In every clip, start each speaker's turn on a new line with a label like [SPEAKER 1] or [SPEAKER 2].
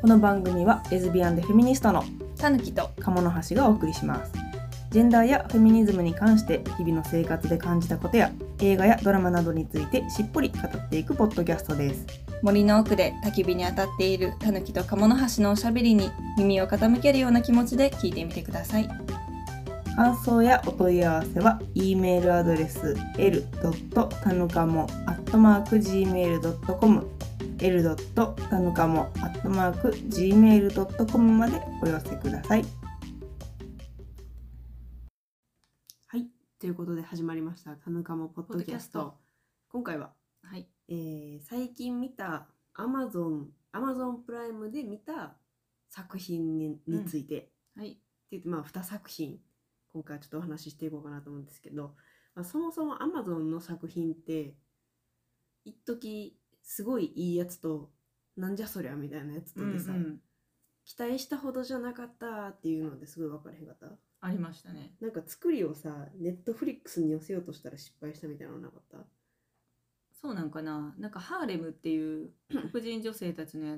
[SPEAKER 1] この番組はレズビアンでフェミニストの
[SPEAKER 2] たぬきと
[SPEAKER 1] 鴨の橋がお送りしますジェンダーやフェミニズムに関して日々の生活で感じたことや映画やドラマなどについてしっぽり語っていくポッドキャストです
[SPEAKER 2] 森の奥で焚き火に当たっているたぬきと鴨の橋のおしゃべりに耳を傾けるような気持ちで聞いてみてください
[SPEAKER 1] 感想やお問い合わせは e メールアドレス l. たぬかも @gmail.com l. たぬかも @gmail.com までお寄せくださいはいということで始まりました「たぬかもポッドキャス
[SPEAKER 2] ポッ
[SPEAKER 1] ト」今回は、
[SPEAKER 2] はい
[SPEAKER 1] えー最近見た Amazon Amazon プライムで見た作品にについて、
[SPEAKER 2] はい
[SPEAKER 1] って言ってまあ2作品今回はちょっとお話ししていこうかなと思うんですけど、まあ、そもそも Amazon の作品って一時すごいいいやつとなんじゃそりゃみたいなやつとでさ、期待したほどじゃなかったっていうのですごい分からへんかった
[SPEAKER 2] ありましたね
[SPEAKER 1] なんか作りをさ Netflix に寄せようとしたら失敗したみたいなのなかった
[SPEAKER 2] そうなんかななんかハーレムっていう黒人女性たちのや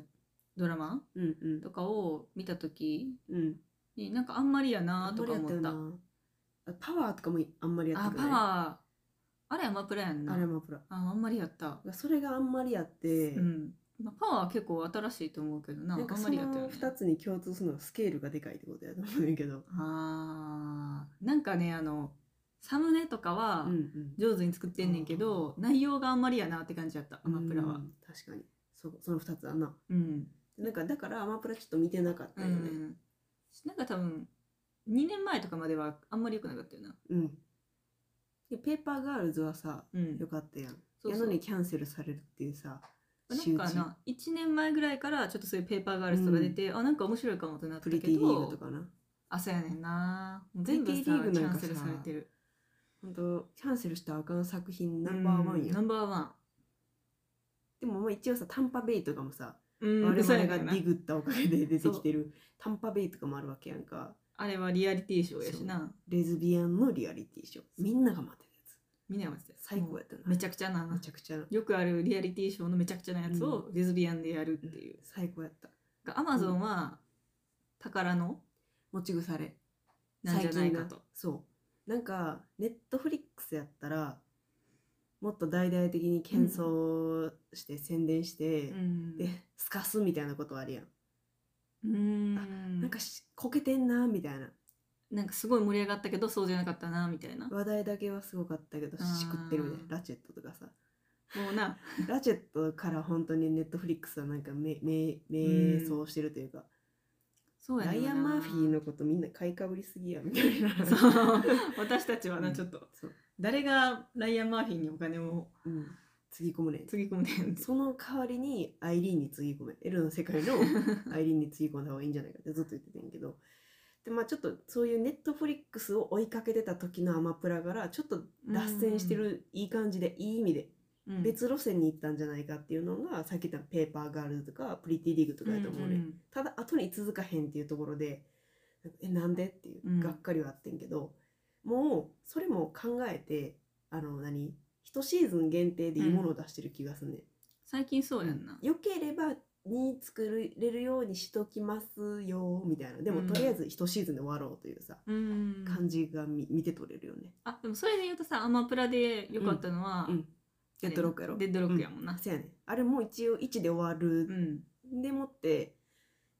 [SPEAKER 2] ドラマ
[SPEAKER 1] うんうん
[SPEAKER 2] とかを見た時
[SPEAKER 1] うん
[SPEAKER 2] になんかあんまりや
[SPEAKER 1] あ
[SPEAKER 2] なんと
[SPEAKER 1] まり
[SPEAKER 2] か
[SPEAKER 1] やっ
[SPEAKER 2] 思
[SPEAKER 1] たよ
[SPEAKER 2] った
[SPEAKER 1] なあパワーとかもあんまりやっ
[SPEAKER 2] あ
[SPEAKER 1] たく
[SPEAKER 2] パ
[SPEAKER 1] ない
[SPEAKER 2] ワーあれアマプラやんな
[SPEAKER 1] あれもプラ
[SPEAKER 2] ああんまりやった
[SPEAKER 1] それがあんまりやって、
[SPEAKER 2] うんまあパワーは結構新しいと思うけどな
[SPEAKER 1] なんか
[SPEAKER 2] あん
[SPEAKER 1] そ
[SPEAKER 2] まりやったよ
[SPEAKER 1] の
[SPEAKER 2] ね
[SPEAKER 1] 2つに共通するのはスケールがでかいってことやと思うんやけど。
[SPEAKER 2] あーなんかねあのサムネとかは
[SPEAKER 1] うんうん
[SPEAKER 2] 上手に作ってんねんけど、内容があんまりやなって感じやったアマプラ
[SPEAKER 1] う
[SPEAKER 2] は
[SPEAKER 1] ん確かにそその2つだな。
[SPEAKER 2] うん、
[SPEAKER 1] なんかだからアマプラちょっと見てなかった
[SPEAKER 2] う
[SPEAKER 1] よね。
[SPEAKER 2] んなんか多分2年前とかまではあんまり良くなかったよな
[SPEAKER 1] うん、でペーパーガールズはさ
[SPEAKER 2] うん
[SPEAKER 1] よかったやん。
[SPEAKER 2] そう
[SPEAKER 1] や
[SPEAKER 2] そ
[SPEAKER 1] の
[SPEAKER 2] う
[SPEAKER 1] にキャンセルされるっていうさ
[SPEAKER 2] なんかな1年前ぐらいからちょっとそういうペーパーガールズとか出て、あなんか面白いかもってなった
[SPEAKER 1] プ
[SPEAKER 2] け
[SPEAKER 1] リティリーグ
[SPEAKER 2] ど
[SPEAKER 1] とかな。
[SPEAKER 2] あそうやねんなもう全部さ
[SPEAKER 1] プ
[SPEAKER 2] キ
[SPEAKER 1] リティリー
[SPEAKER 2] ャ
[SPEAKER 1] グなんか
[SPEAKER 2] ン
[SPEAKER 1] さ
[SPEAKER 2] セルされてる
[SPEAKER 1] 本当キャンセルしたらあかん作品ナンバーワン
[SPEAKER 2] うん
[SPEAKER 1] や
[SPEAKER 2] ナ
[SPEAKER 1] ん。
[SPEAKER 2] ンバーワン
[SPEAKER 1] でもまあ一応さタンパベイとかもさ、
[SPEAKER 2] うん
[SPEAKER 1] 我
[SPEAKER 2] そう
[SPEAKER 1] 々
[SPEAKER 2] や
[SPEAKER 1] が
[SPEAKER 2] ねん
[SPEAKER 1] デ
[SPEAKER 2] な
[SPEAKER 1] ィグったおかげで出てきてるタンパベイとかもあるわけやんか。
[SPEAKER 2] あれはリアリティショーやしな
[SPEAKER 1] レズビアンのリアリティショー。みんなが待ってるやつ。
[SPEAKER 2] みんなやってたよ
[SPEAKER 1] 最高やったな。
[SPEAKER 2] めちゃくちゃな
[SPEAKER 1] めちゃくちゃな。
[SPEAKER 2] よくあるリアリティショーのめちゃくちゃなやつをレズビアンでやるっていう。
[SPEAKER 1] 最高やった。
[SPEAKER 2] アマゾンは宝の
[SPEAKER 1] 持ち腐れ。
[SPEAKER 2] なんじゃないか
[SPEAKER 1] 最近
[SPEAKER 2] と
[SPEAKER 1] な。。そう。なんか、ネットフリックスやったら、もっと大々的に喧騒して宣伝して、
[SPEAKER 2] うん
[SPEAKER 1] で、すかすみたいなことあるやん。
[SPEAKER 2] うん
[SPEAKER 1] なんかし、こけてんな、みたいな。
[SPEAKER 2] なんかすごい盛り上がったけどそうじゃなかったなみたいな。も
[SPEAKER 1] 話題だけはすごかったけど、
[SPEAKER 2] あー
[SPEAKER 1] しくってるみたいな。ラチェットとかさ。
[SPEAKER 2] うな
[SPEAKER 1] ラチェットから本当にネットフリックスはなんかめ、め、瞑想してるというか、
[SPEAKER 2] そうや
[SPEAKER 1] ラ
[SPEAKER 2] ねん
[SPEAKER 1] イ
[SPEAKER 2] な
[SPEAKER 1] アン・マーフィーのことみんな買いかぶりすぎやみたいな。
[SPEAKER 2] そう私たちは
[SPEAKER 1] う
[SPEAKER 2] なんちょっと
[SPEAKER 1] そう
[SPEAKER 2] 誰がライアン・マーフィーにお金を
[SPEAKER 1] うん。つぎ込むねん。
[SPEAKER 2] つぎ込んでん
[SPEAKER 1] その代わりにアイリーンにつぎ込め。エルの世界のアイリーンにつぎ込んだ方がいいんじゃないかってずっと言ってたんやけど。で、まあちょっとそういうネットフリックスを追いかけてた時のアマプラからちょっと脱線してるいい感じで、いい意味で
[SPEAKER 2] うん
[SPEAKER 1] 別路線に行ったんじゃないかっていうのが、さっき言ったペーパーガールズとかプリティリーグとかやと思うね。
[SPEAKER 2] ん
[SPEAKER 1] ただ後に続かへんっていうところでえなんでっていう
[SPEAKER 2] うん
[SPEAKER 1] がっかりはあってんけど、もうそれも考えてあの何一シーズン限定でいいものを出してる気がするね、
[SPEAKER 2] 最近そうやんな。
[SPEAKER 1] よければに作れるようにしときますよみたいなでも、
[SPEAKER 2] うん
[SPEAKER 1] とりあえず一シーズンで終わろうというさ
[SPEAKER 2] うん
[SPEAKER 1] 感じが見見て取れるよね
[SPEAKER 2] あでもそれで言うとさアマプラで良かったのは、
[SPEAKER 1] うんうんデッドロックやろ
[SPEAKER 2] デッドロックやもんな。
[SPEAKER 1] あそうやねあれもう一応1で終わる
[SPEAKER 2] うん
[SPEAKER 1] でもって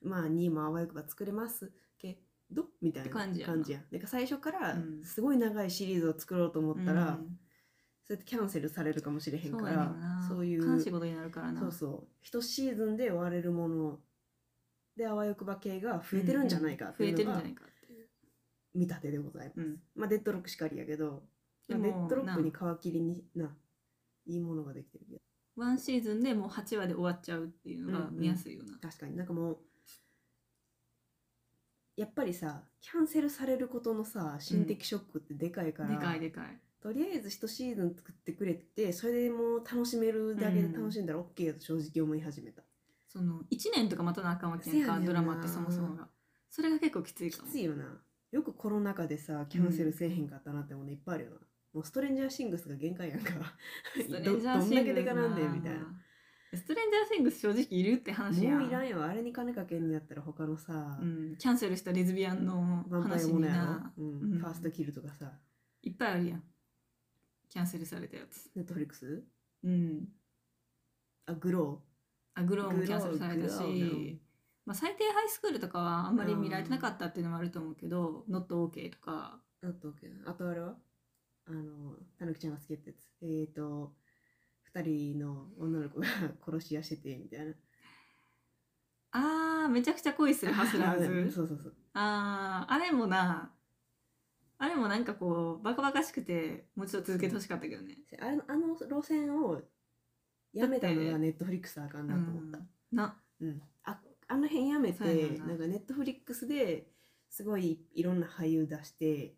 [SPEAKER 1] まあ2もあわよくば作れますけどみたいな
[SPEAKER 2] って感
[SPEAKER 1] 感
[SPEAKER 2] じ
[SPEAKER 1] じ
[SPEAKER 2] や
[SPEAKER 1] や。
[SPEAKER 2] なん
[SPEAKER 1] なんか最初から
[SPEAKER 2] うん
[SPEAKER 1] すごい長いシリーズを作ろうと思ったら、
[SPEAKER 2] うん
[SPEAKER 1] そうやってキャンセルされるかもしれへんか
[SPEAKER 2] そうやね
[SPEAKER 1] ら
[SPEAKER 2] んな
[SPEAKER 1] そういう
[SPEAKER 2] 悲しいことになるからな
[SPEAKER 1] そうそう一シーズンで終われるものであわよくば系が増えてるんじゃないかって
[SPEAKER 2] 増え
[SPEAKER 1] い
[SPEAKER 2] て
[SPEAKER 1] う
[SPEAKER 2] る
[SPEAKER 1] の
[SPEAKER 2] んじゃ
[SPEAKER 1] が
[SPEAKER 2] ないかっていう、
[SPEAKER 1] 見立てでございます。
[SPEAKER 2] うん、
[SPEAKER 1] まあデッドロックしかりやけど、
[SPEAKER 2] で
[SPEAKER 1] まあデ
[SPEAKER 2] も
[SPEAKER 1] ッドロックに皮切りにないいものができてるけど
[SPEAKER 2] ワンシーズンでもう8話で終わっちゃうっていうのが見やすいよな、
[SPEAKER 1] 確かになんかもうやっぱりさキャンセルされることのさ心的ショックってでかいから、
[SPEAKER 2] でかいでかい
[SPEAKER 1] とりあえず一シーズン作ってくれてそれでもう楽しめるだけで楽しんだら OK だと正直思い始めた、
[SPEAKER 2] その1年とか待たなあかんわけやん
[SPEAKER 1] そうや
[SPEAKER 2] か
[SPEAKER 1] ねんな
[SPEAKER 2] ドラマってそもそもがそれが結構きつい
[SPEAKER 1] き
[SPEAKER 2] かも
[SPEAKER 1] ついよなよくコロナ禍でさキャンセルせえへんかったなってもねいっぱいあるよなもうストレンジャーシングスが限界やんか
[SPEAKER 2] ストレンジャ
[SPEAKER 1] ど
[SPEAKER 2] ー
[SPEAKER 1] どんだけでかなんねんみたいな
[SPEAKER 2] なストレンジャーシングス正直いるって話や
[SPEAKER 1] もういらんよあれに金かけんのやったら他のさ、
[SPEAKER 2] うん、キャンセルしたレズビアンの
[SPEAKER 1] ヴァンパイア
[SPEAKER 2] 話
[SPEAKER 1] も
[SPEAKER 2] に
[SPEAKER 1] のや
[SPEAKER 2] な
[SPEAKER 1] ろ、うん
[SPEAKER 2] うん
[SPEAKER 1] ファーストキルとかさ
[SPEAKER 2] いっぱいあるやんキャンセルされたやつ
[SPEAKER 1] ネットフリックス
[SPEAKER 2] うん
[SPEAKER 1] あグロ
[SPEAKER 2] あグロ
[SPEAKER 1] ー
[SPEAKER 2] ーもキャンセルされた
[SPEAKER 1] グローグロー
[SPEAKER 2] し、まあ、最低ハイスクールとかはあんまり見られてなかったっていうのもあると思うけど「ノット OK」とか
[SPEAKER 1] あとあとあれはあのたぬきちゃんが好きってやつえっ、ー、と2人の女の子が殺し屋しててみたいな
[SPEAKER 2] あーめちゃくちゃ 恋するハスラーズ
[SPEAKER 1] そうそうそう
[SPEAKER 2] あーあれもなあれもなんかこうバカバカしくてもうちょっと続けてほしかったけどね、
[SPEAKER 1] あれのあの路線をやめたのがネットフリックスあかんなと思った、
[SPEAKER 2] うんな
[SPEAKER 1] うん、ああの辺やめて
[SPEAKER 2] そうやねんな
[SPEAKER 1] なんかネットフリックスですごいいろんな俳優出してっ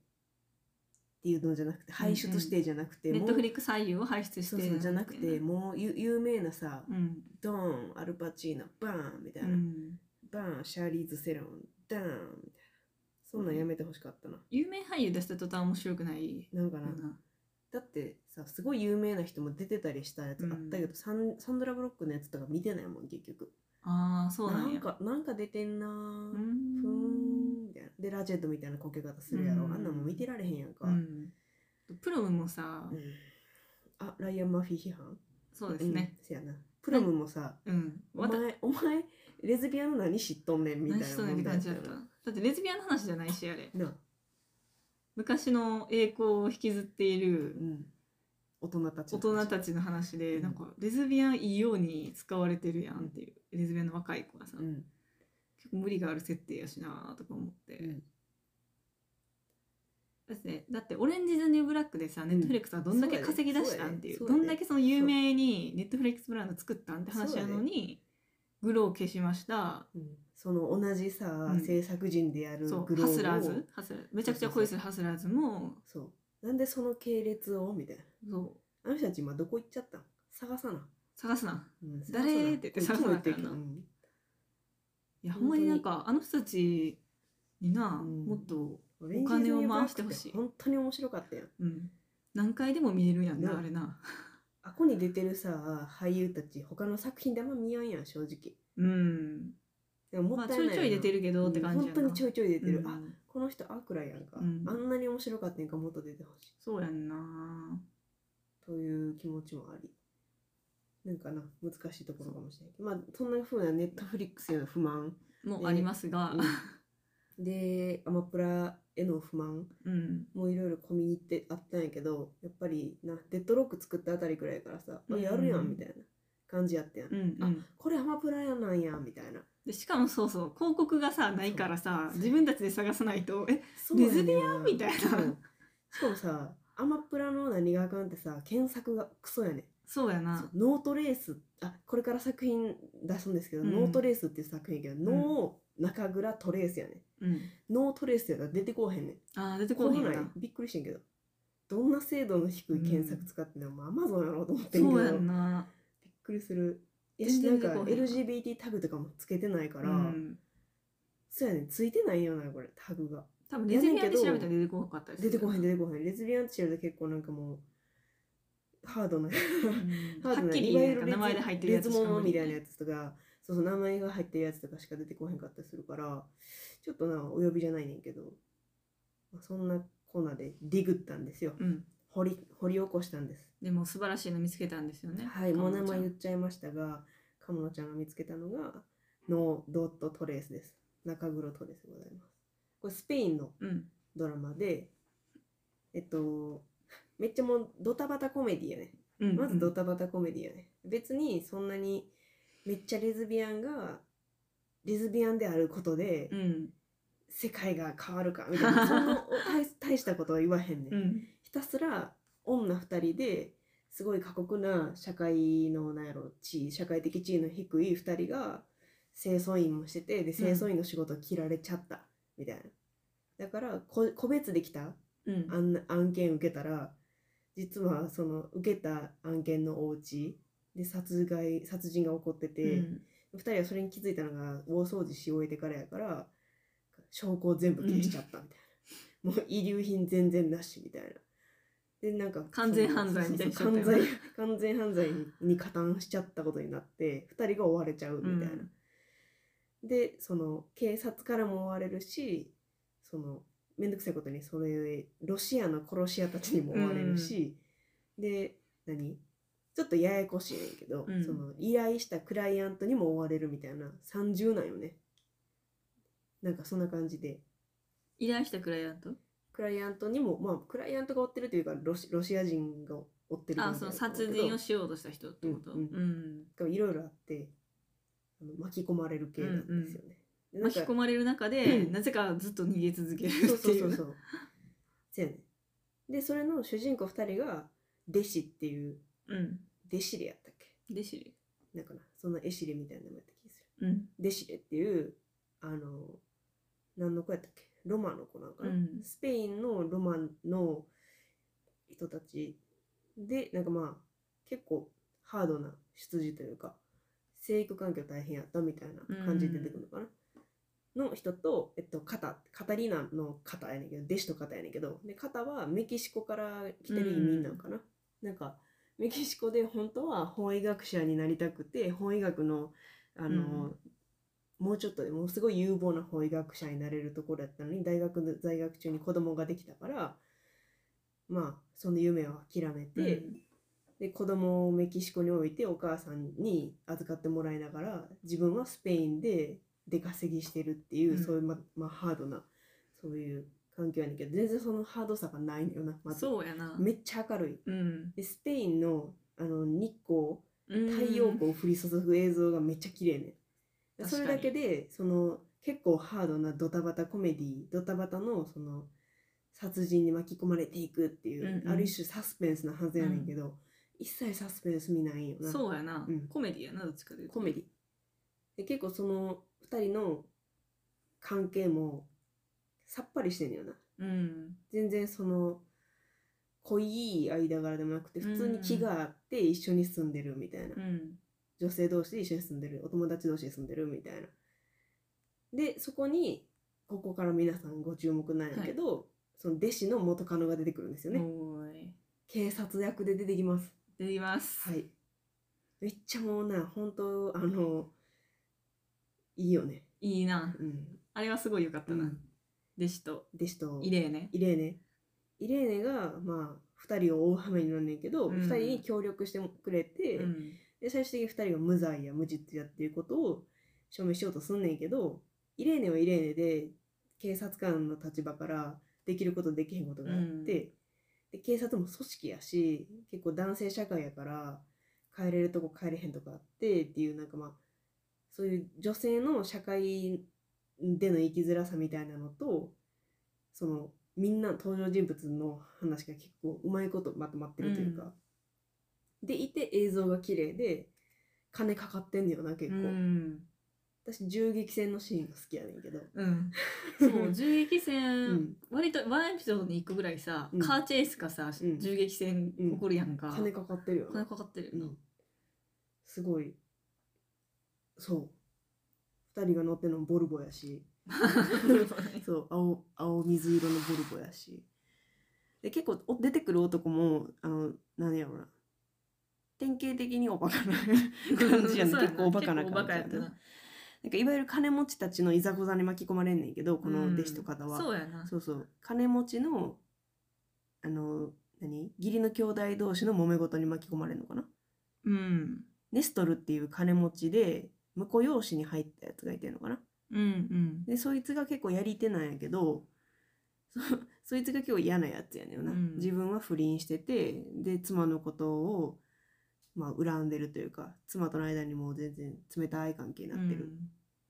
[SPEAKER 1] ていうのじゃなくて俳優としてじゃなくて、
[SPEAKER 2] ネットフリ
[SPEAKER 1] ッ
[SPEAKER 2] ックス俳優を輩出して
[SPEAKER 1] そうそうじゃなくてもうゆ有名なさ、
[SPEAKER 2] うん、
[SPEAKER 1] ドーンアルパチーノバーンみたいうな、
[SPEAKER 2] ん、
[SPEAKER 1] バーンシャーリーズ・セロンダーンみたいなそんなんやめてほしかったな、
[SPEAKER 2] 有名俳優出した途端面白くない
[SPEAKER 1] なんか
[SPEAKER 2] よ
[SPEAKER 1] な、
[SPEAKER 2] な
[SPEAKER 1] だってさすごい有名な人も出てたりしたやつあったけど、サンサンドラ・ブロックのやつとか見てないもん結局
[SPEAKER 2] ああそうなんや
[SPEAKER 1] なんかなんか出てんなー
[SPEAKER 2] うー
[SPEAKER 1] ふーん
[SPEAKER 2] ん
[SPEAKER 1] みたいなでラジェットみたいなこけ方するやろ、
[SPEAKER 2] うん
[SPEAKER 1] あんなもん見てられへんやんか、
[SPEAKER 2] うんプロムもさ、
[SPEAKER 1] うんあライアン・マフィー批判
[SPEAKER 2] そうですね、
[SPEAKER 1] うんせやなプロムもさ、
[SPEAKER 2] うん、
[SPEAKER 1] お
[SPEAKER 2] わた
[SPEAKER 1] 前お前レズビアンの何知っとんねんみたい
[SPEAKER 2] 何
[SPEAKER 1] な
[SPEAKER 2] しとんねんっ
[SPEAKER 1] 問
[SPEAKER 2] て
[SPEAKER 1] 題
[SPEAKER 2] 感じだっ
[SPEAKER 1] や
[SPEAKER 2] た
[SPEAKER 1] よ
[SPEAKER 2] だってレズビアンの話じゃないしあれ
[SPEAKER 1] ななあ
[SPEAKER 2] 昔の栄光を引きずっていうる
[SPEAKER 1] ん大人たち
[SPEAKER 2] 大人
[SPEAKER 1] ち、
[SPEAKER 2] たちの話で、
[SPEAKER 1] うん
[SPEAKER 2] なんかレズビアンいいように使われてるやんっていう、レズビアンの若い子はさ、
[SPEAKER 1] うん
[SPEAKER 2] 結構無理がある設定やしなとか思って、
[SPEAKER 1] うん
[SPEAKER 2] だってねだって「オレンジ・ズ・ニュー・ブラック」でさネットフレックスはどんだけ稼ぎ出したんっていう,、
[SPEAKER 1] そうや
[SPEAKER 2] ど
[SPEAKER 1] ね
[SPEAKER 2] んだけその有名にネットフレックスブランド作ったんって話なのに、グローを消しました
[SPEAKER 1] うんその同じさ、
[SPEAKER 2] ん
[SPEAKER 1] 制作人でやる
[SPEAKER 2] そう
[SPEAKER 1] グロー
[SPEAKER 2] ハ
[SPEAKER 1] を
[SPEAKER 2] スラーズハスラーズめちゃくちゃ恋するハスラーズも
[SPEAKER 1] そうなんでその系列をみたいな
[SPEAKER 2] そ
[SPEAKER 1] あ
[SPEAKER 2] う
[SPEAKER 1] の人たち今どこ行っちゃったん探さな、
[SPEAKER 2] 探すな
[SPEAKER 1] うん探さな
[SPEAKER 2] 誰って言って探さなあかん
[SPEAKER 1] こっ
[SPEAKER 2] な
[SPEAKER 1] ちも言ってる
[SPEAKER 2] いや
[SPEAKER 1] 本
[SPEAKER 2] ほ
[SPEAKER 1] 当
[SPEAKER 2] ん
[SPEAKER 1] に
[SPEAKER 2] まになんかあの人たちにな、
[SPEAKER 1] うん
[SPEAKER 2] もっと、
[SPEAKER 1] けどうん
[SPEAKER 2] お金を回してほしい
[SPEAKER 1] 本当に面白かったやん
[SPEAKER 2] うん、何回でも見えるやんな、
[SPEAKER 1] な
[SPEAKER 2] あれな
[SPEAKER 1] あこに出てるさ俳優たち他の作品であんま見やんやん正直
[SPEAKER 2] うん
[SPEAKER 1] でも
[SPEAKER 2] ま
[SPEAKER 1] も
[SPEAKER 2] あ
[SPEAKER 1] ったい
[SPEAKER 2] ちょ
[SPEAKER 1] ない
[SPEAKER 2] い
[SPEAKER 1] な
[SPEAKER 2] ちょい出てるけどって感じや
[SPEAKER 1] うん
[SPEAKER 2] な、
[SPEAKER 1] 本当にちょいちょい出てる、
[SPEAKER 2] うん
[SPEAKER 1] あこの人アクラやんか、
[SPEAKER 2] うん
[SPEAKER 1] あんなに面白かったんやんかもっと出てほしい
[SPEAKER 2] そうやんな
[SPEAKER 1] という気持ちもありなんかな難しいところかもしれないまあそんなふうなネットフリックスへの不満、
[SPEAKER 2] もありますが、
[SPEAKER 1] うんでアマプラへの不満
[SPEAKER 2] うん
[SPEAKER 1] もういろいろ込み入ってあったんやけどやっぱりなデッドロック作ったあたりくらいからさ、あ
[SPEAKER 2] うん
[SPEAKER 1] やるやんみたいな感じやったやん、
[SPEAKER 2] うんうん
[SPEAKER 1] あこれアマプラやなんやみたいな
[SPEAKER 2] でしかもそうそう広告がさないからさ
[SPEAKER 1] そう
[SPEAKER 2] 自分たちで探さないとえ
[SPEAKER 1] そうやねんな
[SPEAKER 2] レズビアンみたいな
[SPEAKER 1] そうしかもさアマプラの何があかんってさ検索がクソやねん
[SPEAKER 2] そうや
[SPEAKER 1] そ
[SPEAKER 2] な
[SPEAKER 1] うノートレースあこれから作品出すんですけど、
[SPEAKER 2] うん
[SPEAKER 1] ノートレースっていう作品やけど、ノー中倉トレースやね
[SPEAKER 2] うん
[SPEAKER 1] ノートレースやから出てこうへんねん
[SPEAKER 2] あー出てこうへん
[SPEAKER 1] 来
[SPEAKER 2] な
[SPEAKER 1] ないびっくりしてんけどどんな精度の低い検索使ってんの、もうアマゾンやろうと思ってんけ
[SPEAKER 2] そ
[SPEAKER 1] ど
[SPEAKER 2] うやんな
[SPEAKER 1] びっくりするいや
[SPEAKER 2] 全
[SPEAKER 1] なん
[SPEAKER 2] 然
[SPEAKER 1] か
[SPEAKER 2] 出てこうへん
[SPEAKER 1] LGBT タグとかもつけてないから、
[SPEAKER 2] うん、
[SPEAKER 1] そうやねんついてないよなこれタグが
[SPEAKER 2] 多分レズビアンで調べたら出てこなかったりす
[SPEAKER 1] 出
[SPEAKER 2] る
[SPEAKER 1] てこへん出てこへんレズビアンって調べたら結構なんかもうハードな
[SPEAKER 2] うん
[SPEAKER 1] ハード
[SPEAKER 2] はっ
[SPEAKER 1] な
[SPEAKER 2] きり
[SPEAKER 1] いわゆ
[SPEAKER 2] 言
[SPEAKER 1] る
[SPEAKER 2] う
[SPEAKER 1] レズ
[SPEAKER 2] 名前で入ってるやつ
[SPEAKER 1] レ
[SPEAKER 2] し
[SPEAKER 1] ズ
[SPEAKER 2] か
[SPEAKER 1] モノ
[SPEAKER 2] 無
[SPEAKER 1] み
[SPEAKER 2] 理
[SPEAKER 1] たいなやつとかそうそう名前が入ってるやつとかしか出てこへんかったりするからちょっとなお呼びじゃないねんけどまあそんなコーナーでディグったんですよ
[SPEAKER 2] うん
[SPEAKER 1] 掘り掘り起こしたんです
[SPEAKER 2] でも素晴らしいの見つけたんですよね
[SPEAKER 1] はいもう名前言
[SPEAKER 2] う
[SPEAKER 1] っちゃいましたがカモノちゃんが見つけたのがノードットトレースです中黒トレースでございますこれスペインの
[SPEAKER 2] うん
[SPEAKER 1] ドラマでえっとめっちゃもうドタバタコメディやね
[SPEAKER 2] うん
[SPEAKER 1] まずドタバタコメディやね別にそんなにめっちゃレズビアンがレズビアンであることで
[SPEAKER 2] うん
[SPEAKER 1] 世界が変わるかみたい なそんなお大大したことは言わへんね、
[SPEAKER 2] うんん
[SPEAKER 1] ひたすら女2人ですごい過酷な社会のなんやろ地位社会的地位の低い2人が清掃員もしててで清掃員の仕事を切られちゃった、みたいなだからこ個別できた
[SPEAKER 2] うん
[SPEAKER 1] あんな案件受けたら実はその受けた案件のお家で殺害殺人が起こってて、
[SPEAKER 2] うん
[SPEAKER 1] 2人はそれに気づいたのが大掃除し終えてからやから 証拠を全部消しちゃったみたいな、もう遺留品全然なしみたいなでなんか
[SPEAKER 2] 完全犯罪みたいにしちゃった
[SPEAKER 1] 完
[SPEAKER 2] よ
[SPEAKER 1] 全完全犯罪に加担しちゃったことになって2人が追われちゃうみたいな、でその警察からも追われるしその面倒くさいことにそれロシアの殺し屋たちにも追われるし、で何ちょっとややこしいねんけど、
[SPEAKER 2] うん
[SPEAKER 1] その依頼したクライアントにも追われるみたいな三重なんよねなんかそんな感じで
[SPEAKER 2] 依頼したクライアント
[SPEAKER 1] クライアントにもまあクライアントが追ってるというかロシロシア人が追ってる
[SPEAKER 2] あその殺人をしようとした人ってこと
[SPEAKER 1] うんうをいろいろあってあの巻き込まれる系なんですよね、
[SPEAKER 2] うん
[SPEAKER 1] でなん
[SPEAKER 2] 巻
[SPEAKER 1] か
[SPEAKER 2] き込まれる中で、
[SPEAKER 1] うん
[SPEAKER 2] なぜかずっと逃げ続ける
[SPEAKER 1] そう
[SPEAKER 2] って
[SPEAKER 1] そう
[SPEAKER 2] い
[SPEAKER 1] そう
[SPEAKER 2] う
[SPEAKER 1] そう。せやねんで、それの主人公二人が、弟子っていう、
[SPEAKER 2] うん
[SPEAKER 1] 弟子でやったっけ
[SPEAKER 2] でシリ
[SPEAKER 1] なんかな、そんなエシレみたいな名前だった気がする。
[SPEAKER 2] うん
[SPEAKER 1] 弟子レっていう、あの、何の子やったっけロマの子なんかな、
[SPEAKER 2] うん
[SPEAKER 1] スペインのロマンの人たちで、なんかまあ、結構ハードな出自というか、生育環境大変やったみたいな感じで出てくるのかな。の人と、えっと、カタ、カタリナのカタやねんけど、弟子とカタやねんけど、で、カタはメキシコから来てる移民なんかな。なんか、メキシコで本当は法医学者になりたくて、法医学の、あの、もうちょっとでもうすごい有望な法医学者になれるところやったのに大学の在学中に子供ができたからまあその夢を諦めて、で子供をメキシコに置いてお母さんに預かってもらいながら自分はスペインで出稼ぎしてるっていう、
[SPEAKER 2] うん
[SPEAKER 1] そういうままあハードなそういう環境やねんけど全然そのハードさがないのよな、
[SPEAKER 2] う
[SPEAKER 1] ま
[SPEAKER 2] ん、
[SPEAKER 1] ず
[SPEAKER 2] そうやな
[SPEAKER 1] めっちゃ明るい
[SPEAKER 2] うん
[SPEAKER 1] でスペインのあの日光太陽光を降り注ぐ映像がめっちゃ綺麗ね、
[SPEAKER 2] うん
[SPEAKER 1] それだけでその結構ハードなドタバタコメディドタバタのその殺人に巻き込まれていくっていう、
[SPEAKER 2] うんうん
[SPEAKER 1] ある種サスペンスなはずやねんけど、一切サスペンス見ないんよな
[SPEAKER 2] そうやな、
[SPEAKER 1] うん
[SPEAKER 2] コメディやなどっちかで言うと
[SPEAKER 1] コメディで結構その2人の関係もさっぱりしてんのよな
[SPEAKER 2] うん
[SPEAKER 1] 全然その濃い間柄でもなくて普通に気があって一緒に住んでるみたいな、
[SPEAKER 2] うん
[SPEAKER 1] 女性同士で一緒に住んでるお友達同士で住んでるみたいなでそこにここから皆さんご注目なんやけど、その弟子の元カノが出てくるんですよね、
[SPEAKER 2] おーい
[SPEAKER 1] 警察役で出てきます
[SPEAKER 2] 出てきます、
[SPEAKER 1] はいめっちゃもうな本当あのいいよね
[SPEAKER 2] いいな
[SPEAKER 1] うん、
[SPEAKER 2] あれはすごい良かったな、
[SPEAKER 1] うん
[SPEAKER 2] 弟子と
[SPEAKER 1] 弟子と
[SPEAKER 2] イレーネ
[SPEAKER 1] イレーネイレーネがまあ2人を大はめになんねんけど、
[SPEAKER 2] うん
[SPEAKER 1] 二2人に協力してくれて、
[SPEAKER 2] うん
[SPEAKER 1] で最終的に2人が無罪や無実やっていうことを証明しようとすんねんけどイレーネはイレーネで警察官の立場からできることできへんことがあって、
[SPEAKER 2] うん
[SPEAKER 1] で警察も組織やし結構男性社会やから帰れるとこ帰れへんとかあってっていうなんかまあそういう女性の社会での生きづらさみたいなのとそのみんな登場人物の話が結構うまいことまとまってるというか、でいて映像が綺麗で金かかってんのよな結
[SPEAKER 2] う
[SPEAKER 1] 構、
[SPEAKER 2] ん
[SPEAKER 1] 私銃撃戦のシーンが好きやねんけど
[SPEAKER 2] うん、そう銃撃戦、
[SPEAKER 1] うん
[SPEAKER 2] 割とワンエピソードに1個ぐらいさ、
[SPEAKER 1] うん
[SPEAKER 2] カーチェイスかさ、
[SPEAKER 1] うん
[SPEAKER 2] 銃撃戦起こるやんか、
[SPEAKER 1] 金かかってるよな
[SPEAKER 2] 金かかってるよ
[SPEAKER 1] う
[SPEAKER 2] な、
[SPEAKER 1] んすごいそう2人が乗ってるのもボルボやしそう青青水色のボルボやしで結構お出てくる男もあの何やろうな典型的におバカ な 感じやね
[SPEAKER 2] そう
[SPEAKER 1] 結構おバカな
[SPEAKER 2] 結構お
[SPEAKER 1] 感じ
[SPEAKER 2] バカや
[SPEAKER 1] や
[SPEAKER 2] った
[SPEAKER 1] な
[SPEAKER 2] な
[SPEAKER 1] なんかいわゆる金持ちたちのいざこざに巻き込まれんねんけどこの弟子と方は、
[SPEAKER 2] そうやな
[SPEAKER 1] そうそう金持ちのあの何義理の兄弟同士の揉め事に巻き込まれるのかな
[SPEAKER 2] うん
[SPEAKER 1] ネストルっていう金持ちで婿養子に入ったやつがいてるのかな
[SPEAKER 2] うんうん
[SPEAKER 1] でそいつが結構やり手なんやけどそそいつが結構嫌なやつやねんな、
[SPEAKER 2] うん
[SPEAKER 1] 自分は不倫しててで妻のことを、まあ、恨んでるというか妻との間にもう全然冷たい関係になってる、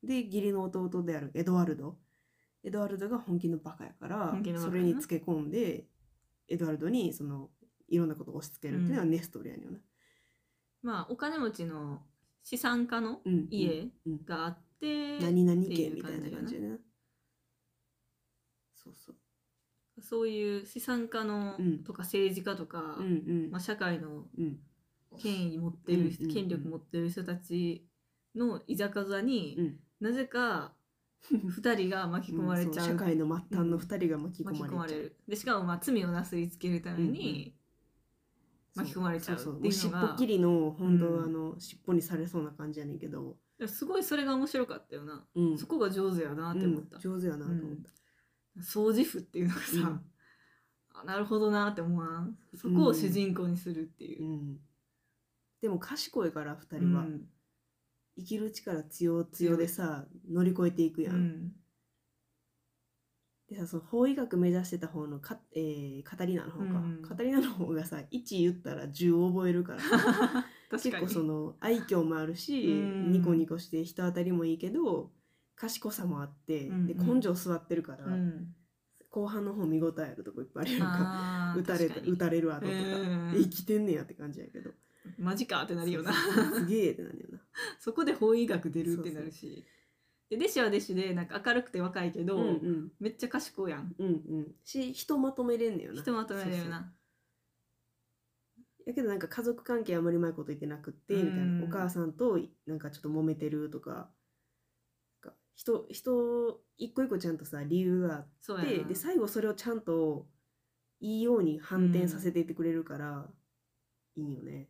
[SPEAKER 1] で義理の弟であるエドワルドエドワルドが本気のバカやから
[SPEAKER 2] 本気のバカ
[SPEAKER 1] そ
[SPEAKER 2] やな
[SPEAKER 1] れにつけ込んでエドワルドにそのいろんなことを押し付けるっていうのはネストルやねんな、
[SPEAKER 2] まあお金持ちの資産家の
[SPEAKER 1] うん、
[SPEAKER 2] 家
[SPEAKER 1] うん
[SPEAKER 2] があって、
[SPEAKER 1] 何々
[SPEAKER 2] ってい
[SPEAKER 1] 系
[SPEAKER 2] う
[SPEAKER 1] みたいな感
[SPEAKER 2] 感
[SPEAKER 1] じ
[SPEAKER 2] じ
[SPEAKER 1] やなそうそう
[SPEAKER 2] そういう資産家の、
[SPEAKER 1] うん
[SPEAKER 2] とか政治家とか、
[SPEAKER 1] うんうん、
[SPEAKER 2] まあ、社会の
[SPEAKER 1] うん
[SPEAKER 2] 権威持ってる人、
[SPEAKER 1] うんうんうん
[SPEAKER 2] 権力持ってる人たちのいざこざに、
[SPEAKER 1] うん
[SPEAKER 2] なぜか2人が巻き込まれちゃう,、
[SPEAKER 1] そう社会の末端の二人が巻き込
[SPEAKER 2] 巻き込
[SPEAKER 1] ま
[SPEAKER 2] ま
[SPEAKER 1] れちゃ
[SPEAKER 2] れ
[SPEAKER 1] う、
[SPEAKER 2] るでしかもまあ罪をなすりつけるために、巻き込まれちゃう
[SPEAKER 1] そうそう
[SPEAKER 2] っ
[SPEAKER 1] も
[SPEAKER 2] て
[SPEAKER 1] う
[SPEAKER 2] いう
[SPEAKER 1] 尻
[SPEAKER 2] のが
[SPEAKER 1] 尾切りの本当、
[SPEAKER 2] うん
[SPEAKER 1] あの尻尾にされそうな感じやねんけど、
[SPEAKER 2] らすごいそれが面白かったよな、
[SPEAKER 1] うん、
[SPEAKER 2] そこが上手やなって思った
[SPEAKER 1] うん、、上手やなと思った、
[SPEAKER 2] 掃除婦っていうのがさ、
[SPEAKER 1] うん
[SPEAKER 2] あなるほどなって思わんそこを主人公にするっていうう、
[SPEAKER 1] んでも賢いから2
[SPEAKER 2] う
[SPEAKER 1] 人は、
[SPEAKER 2] ん
[SPEAKER 1] 生きる力強強でさ乗り越えていくやん、
[SPEAKER 2] うん
[SPEAKER 1] でさその法医学目指してた方のか、えー、カタリナの方か、
[SPEAKER 2] うん
[SPEAKER 1] カタリナの方がさ1言ったら10覚えるからさ
[SPEAKER 2] 確
[SPEAKER 1] 結
[SPEAKER 2] か
[SPEAKER 1] 構
[SPEAKER 2] に
[SPEAKER 1] その愛嬌もあるし、
[SPEAKER 2] うん
[SPEAKER 1] ニコニコして人当たりもいいけど賢さもあって、
[SPEAKER 2] うん
[SPEAKER 1] で
[SPEAKER 2] うん
[SPEAKER 1] 根性座ってるから、
[SPEAKER 2] うん
[SPEAKER 1] 後半の方見応えあるとこいっぱいあるやんか
[SPEAKER 2] あー
[SPEAKER 1] 打たれた
[SPEAKER 2] 確かに
[SPEAKER 1] 打たれる後とか、
[SPEAKER 2] うん
[SPEAKER 1] 生きてんねやって感じやけど
[SPEAKER 2] マジかってなるよな
[SPEAKER 1] そうそうそうすげえってなるよな
[SPEAKER 2] そこで法医学出るってなるしで弟子は弟子でなんか明るくて若いけど、
[SPEAKER 1] うんうん
[SPEAKER 2] めっちゃ賢いやん
[SPEAKER 1] うんうんし人まとめれんねよな
[SPEAKER 2] ひとまとめるよ
[SPEAKER 1] そうそう
[SPEAKER 2] な
[SPEAKER 1] やけどなんか家族関係あんまりうまいこと言ってなくって
[SPEAKER 2] うん
[SPEAKER 1] みたいなお母さんとなんかちょっと揉めてるとかなんか人人一個一個ちゃんとさ理由が
[SPEAKER 2] そう
[SPEAKER 1] あって
[SPEAKER 2] やな
[SPEAKER 1] で最後それをちゃんといいように反転させていってくれるから、いいよね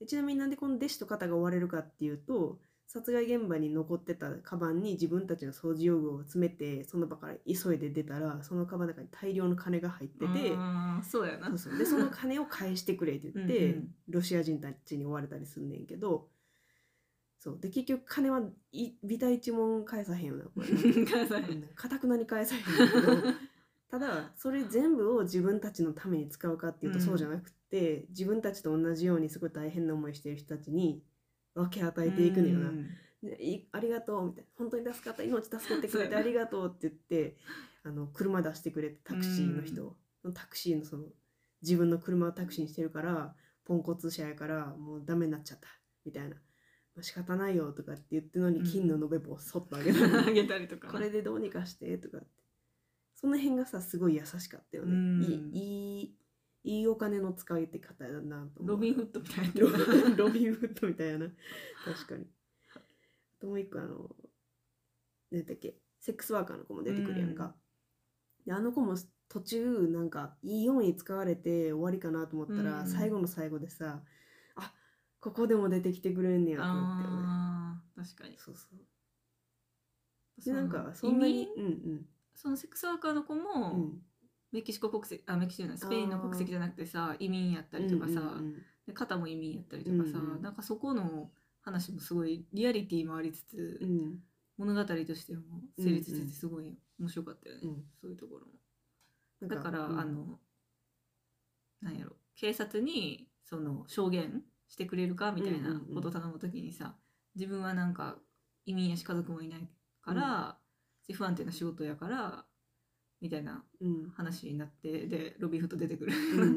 [SPEAKER 1] でちなみになんでこの弟子と肩が追われるかっていうと殺害現場に残ってたカバンに自分たちの掃除用具を詰めてその場から急いで出たらそのカバンの中に大量の金が入ってて。
[SPEAKER 2] うんそうやな
[SPEAKER 1] そうそうでその金を返してくれって言って
[SPEAKER 2] うんうん
[SPEAKER 1] ロシア人たちに追われたりすんねんけどそうで結局金はいビタ一文返さへんよなこれ
[SPEAKER 2] 返さへん
[SPEAKER 1] かたくなに返さへんねんけど ただそれ全部を自分たちのために使うかっていうと
[SPEAKER 2] うん
[SPEAKER 1] そうじゃなくって、自分たちと同じようにすごい大変な思いしてる人たちに分け与えていくのよな、
[SPEAKER 2] うん
[SPEAKER 1] でいありがとうみたいな本当に助かった命助けてくれてありがとうって言ってあの車出してくれてタクシーの人、タクシーのその自分の車をタクシーにしてるからポンコツ車やからもうダメになっちゃったみたいなまあ仕方ないよとかって言ってんの
[SPEAKER 2] う
[SPEAKER 1] に
[SPEAKER 2] ん
[SPEAKER 1] 金の延べ棒をそっとあげた、
[SPEAKER 2] あげたりとかな
[SPEAKER 1] これでどうにかしてとかってその辺がさすごい優しかったよね、
[SPEAKER 2] うん
[SPEAKER 1] いいいいいいお金の使い方だなと思う
[SPEAKER 2] ロビンフットみたい
[SPEAKER 1] ロ
[SPEAKER 2] な
[SPEAKER 1] ロビン フットみたいやな確かにあともう一個あの何だっけセックスワーカーの子も出てくるやんか、であの子も途中なんかいいように使われて終わりかなと思ったら、
[SPEAKER 2] うん
[SPEAKER 1] 最後の最後でさあここでも出てきてくれんねやと思ったよね
[SPEAKER 2] あー確かに
[SPEAKER 1] そうそうでなんかそん
[SPEAKER 2] の
[SPEAKER 1] な
[SPEAKER 2] 移
[SPEAKER 1] に
[SPEAKER 2] 民
[SPEAKER 1] うん
[SPEAKER 2] そのセックスワーカーの子
[SPEAKER 1] う
[SPEAKER 2] も、
[SPEAKER 1] んうん
[SPEAKER 2] メキシコ国籍あメキシコじゃないスペインの国籍じゃなくてさ移民やったりとか
[SPEAKER 1] う
[SPEAKER 2] さ、
[SPEAKER 1] んうんうん
[SPEAKER 2] で肩も移民やったりと
[SPEAKER 1] う
[SPEAKER 2] かさ、
[SPEAKER 1] んうん
[SPEAKER 2] なんかそこの話もすごいリアリティもありつつ、
[SPEAKER 1] うん
[SPEAKER 2] 物語としても成立して
[SPEAKER 1] うんうん
[SPEAKER 2] てすごい面白かったよね、
[SPEAKER 1] うん
[SPEAKER 2] そういうところも。
[SPEAKER 1] なん
[SPEAKER 2] だから、
[SPEAKER 1] うん
[SPEAKER 2] あのなんやろ警察にその証言してくれるかみたいなことを頼むときにさ、自分はなんか移民やし家族もいないから、不安定な仕事やからみたいな
[SPEAKER 1] うん
[SPEAKER 2] 話になってでロビーフット出てくる、
[SPEAKER 1] うんうんう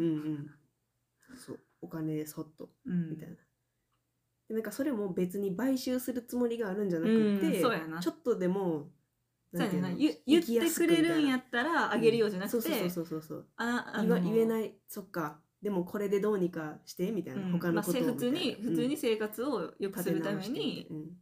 [SPEAKER 1] ん そうお金でそっと
[SPEAKER 2] うん
[SPEAKER 1] みたいな。でなんかそれも別に買収するつもりがあるんじゃなくて、
[SPEAKER 2] うんそうやな
[SPEAKER 1] ちょっとでも
[SPEAKER 2] そうやねんなゆ
[SPEAKER 1] 生
[SPEAKER 2] 言っ
[SPEAKER 1] きや
[SPEAKER 2] て
[SPEAKER 1] す
[SPEAKER 2] くれるんや
[SPEAKER 1] み
[SPEAKER 2] ったら
[SPEAKER 1] たい
[SPEAKER 2] あげるようじゃなくて、
[SPEAKER 1] うんそうそうそうそうそう
[SPEAKER 2] ああ
[SPEAKER 1] 言わ
[SPEAKER 2] の
[SPEAKER 1] 言えないそっかでもこれでどうにかしてみたいな、
[SPEAKER 2] うん
[SPEAKER 1] 他の
[SPEAKER 2] まあ
[SPEAKER 1] ことを
[SPEAKER 2] せ普通に
[SPEAKER 1] みたいな
[SPEAKER 2] 普通に
[SPEAKER 1] うん
[SPEAKER 2] 生活を良くするた
[SPEAKER 1] 立て
[SPEAKER 2] め
[SPEAKER 1] 直して
[SPEAKER 2] に
[SPEAKER 1] みたいなうん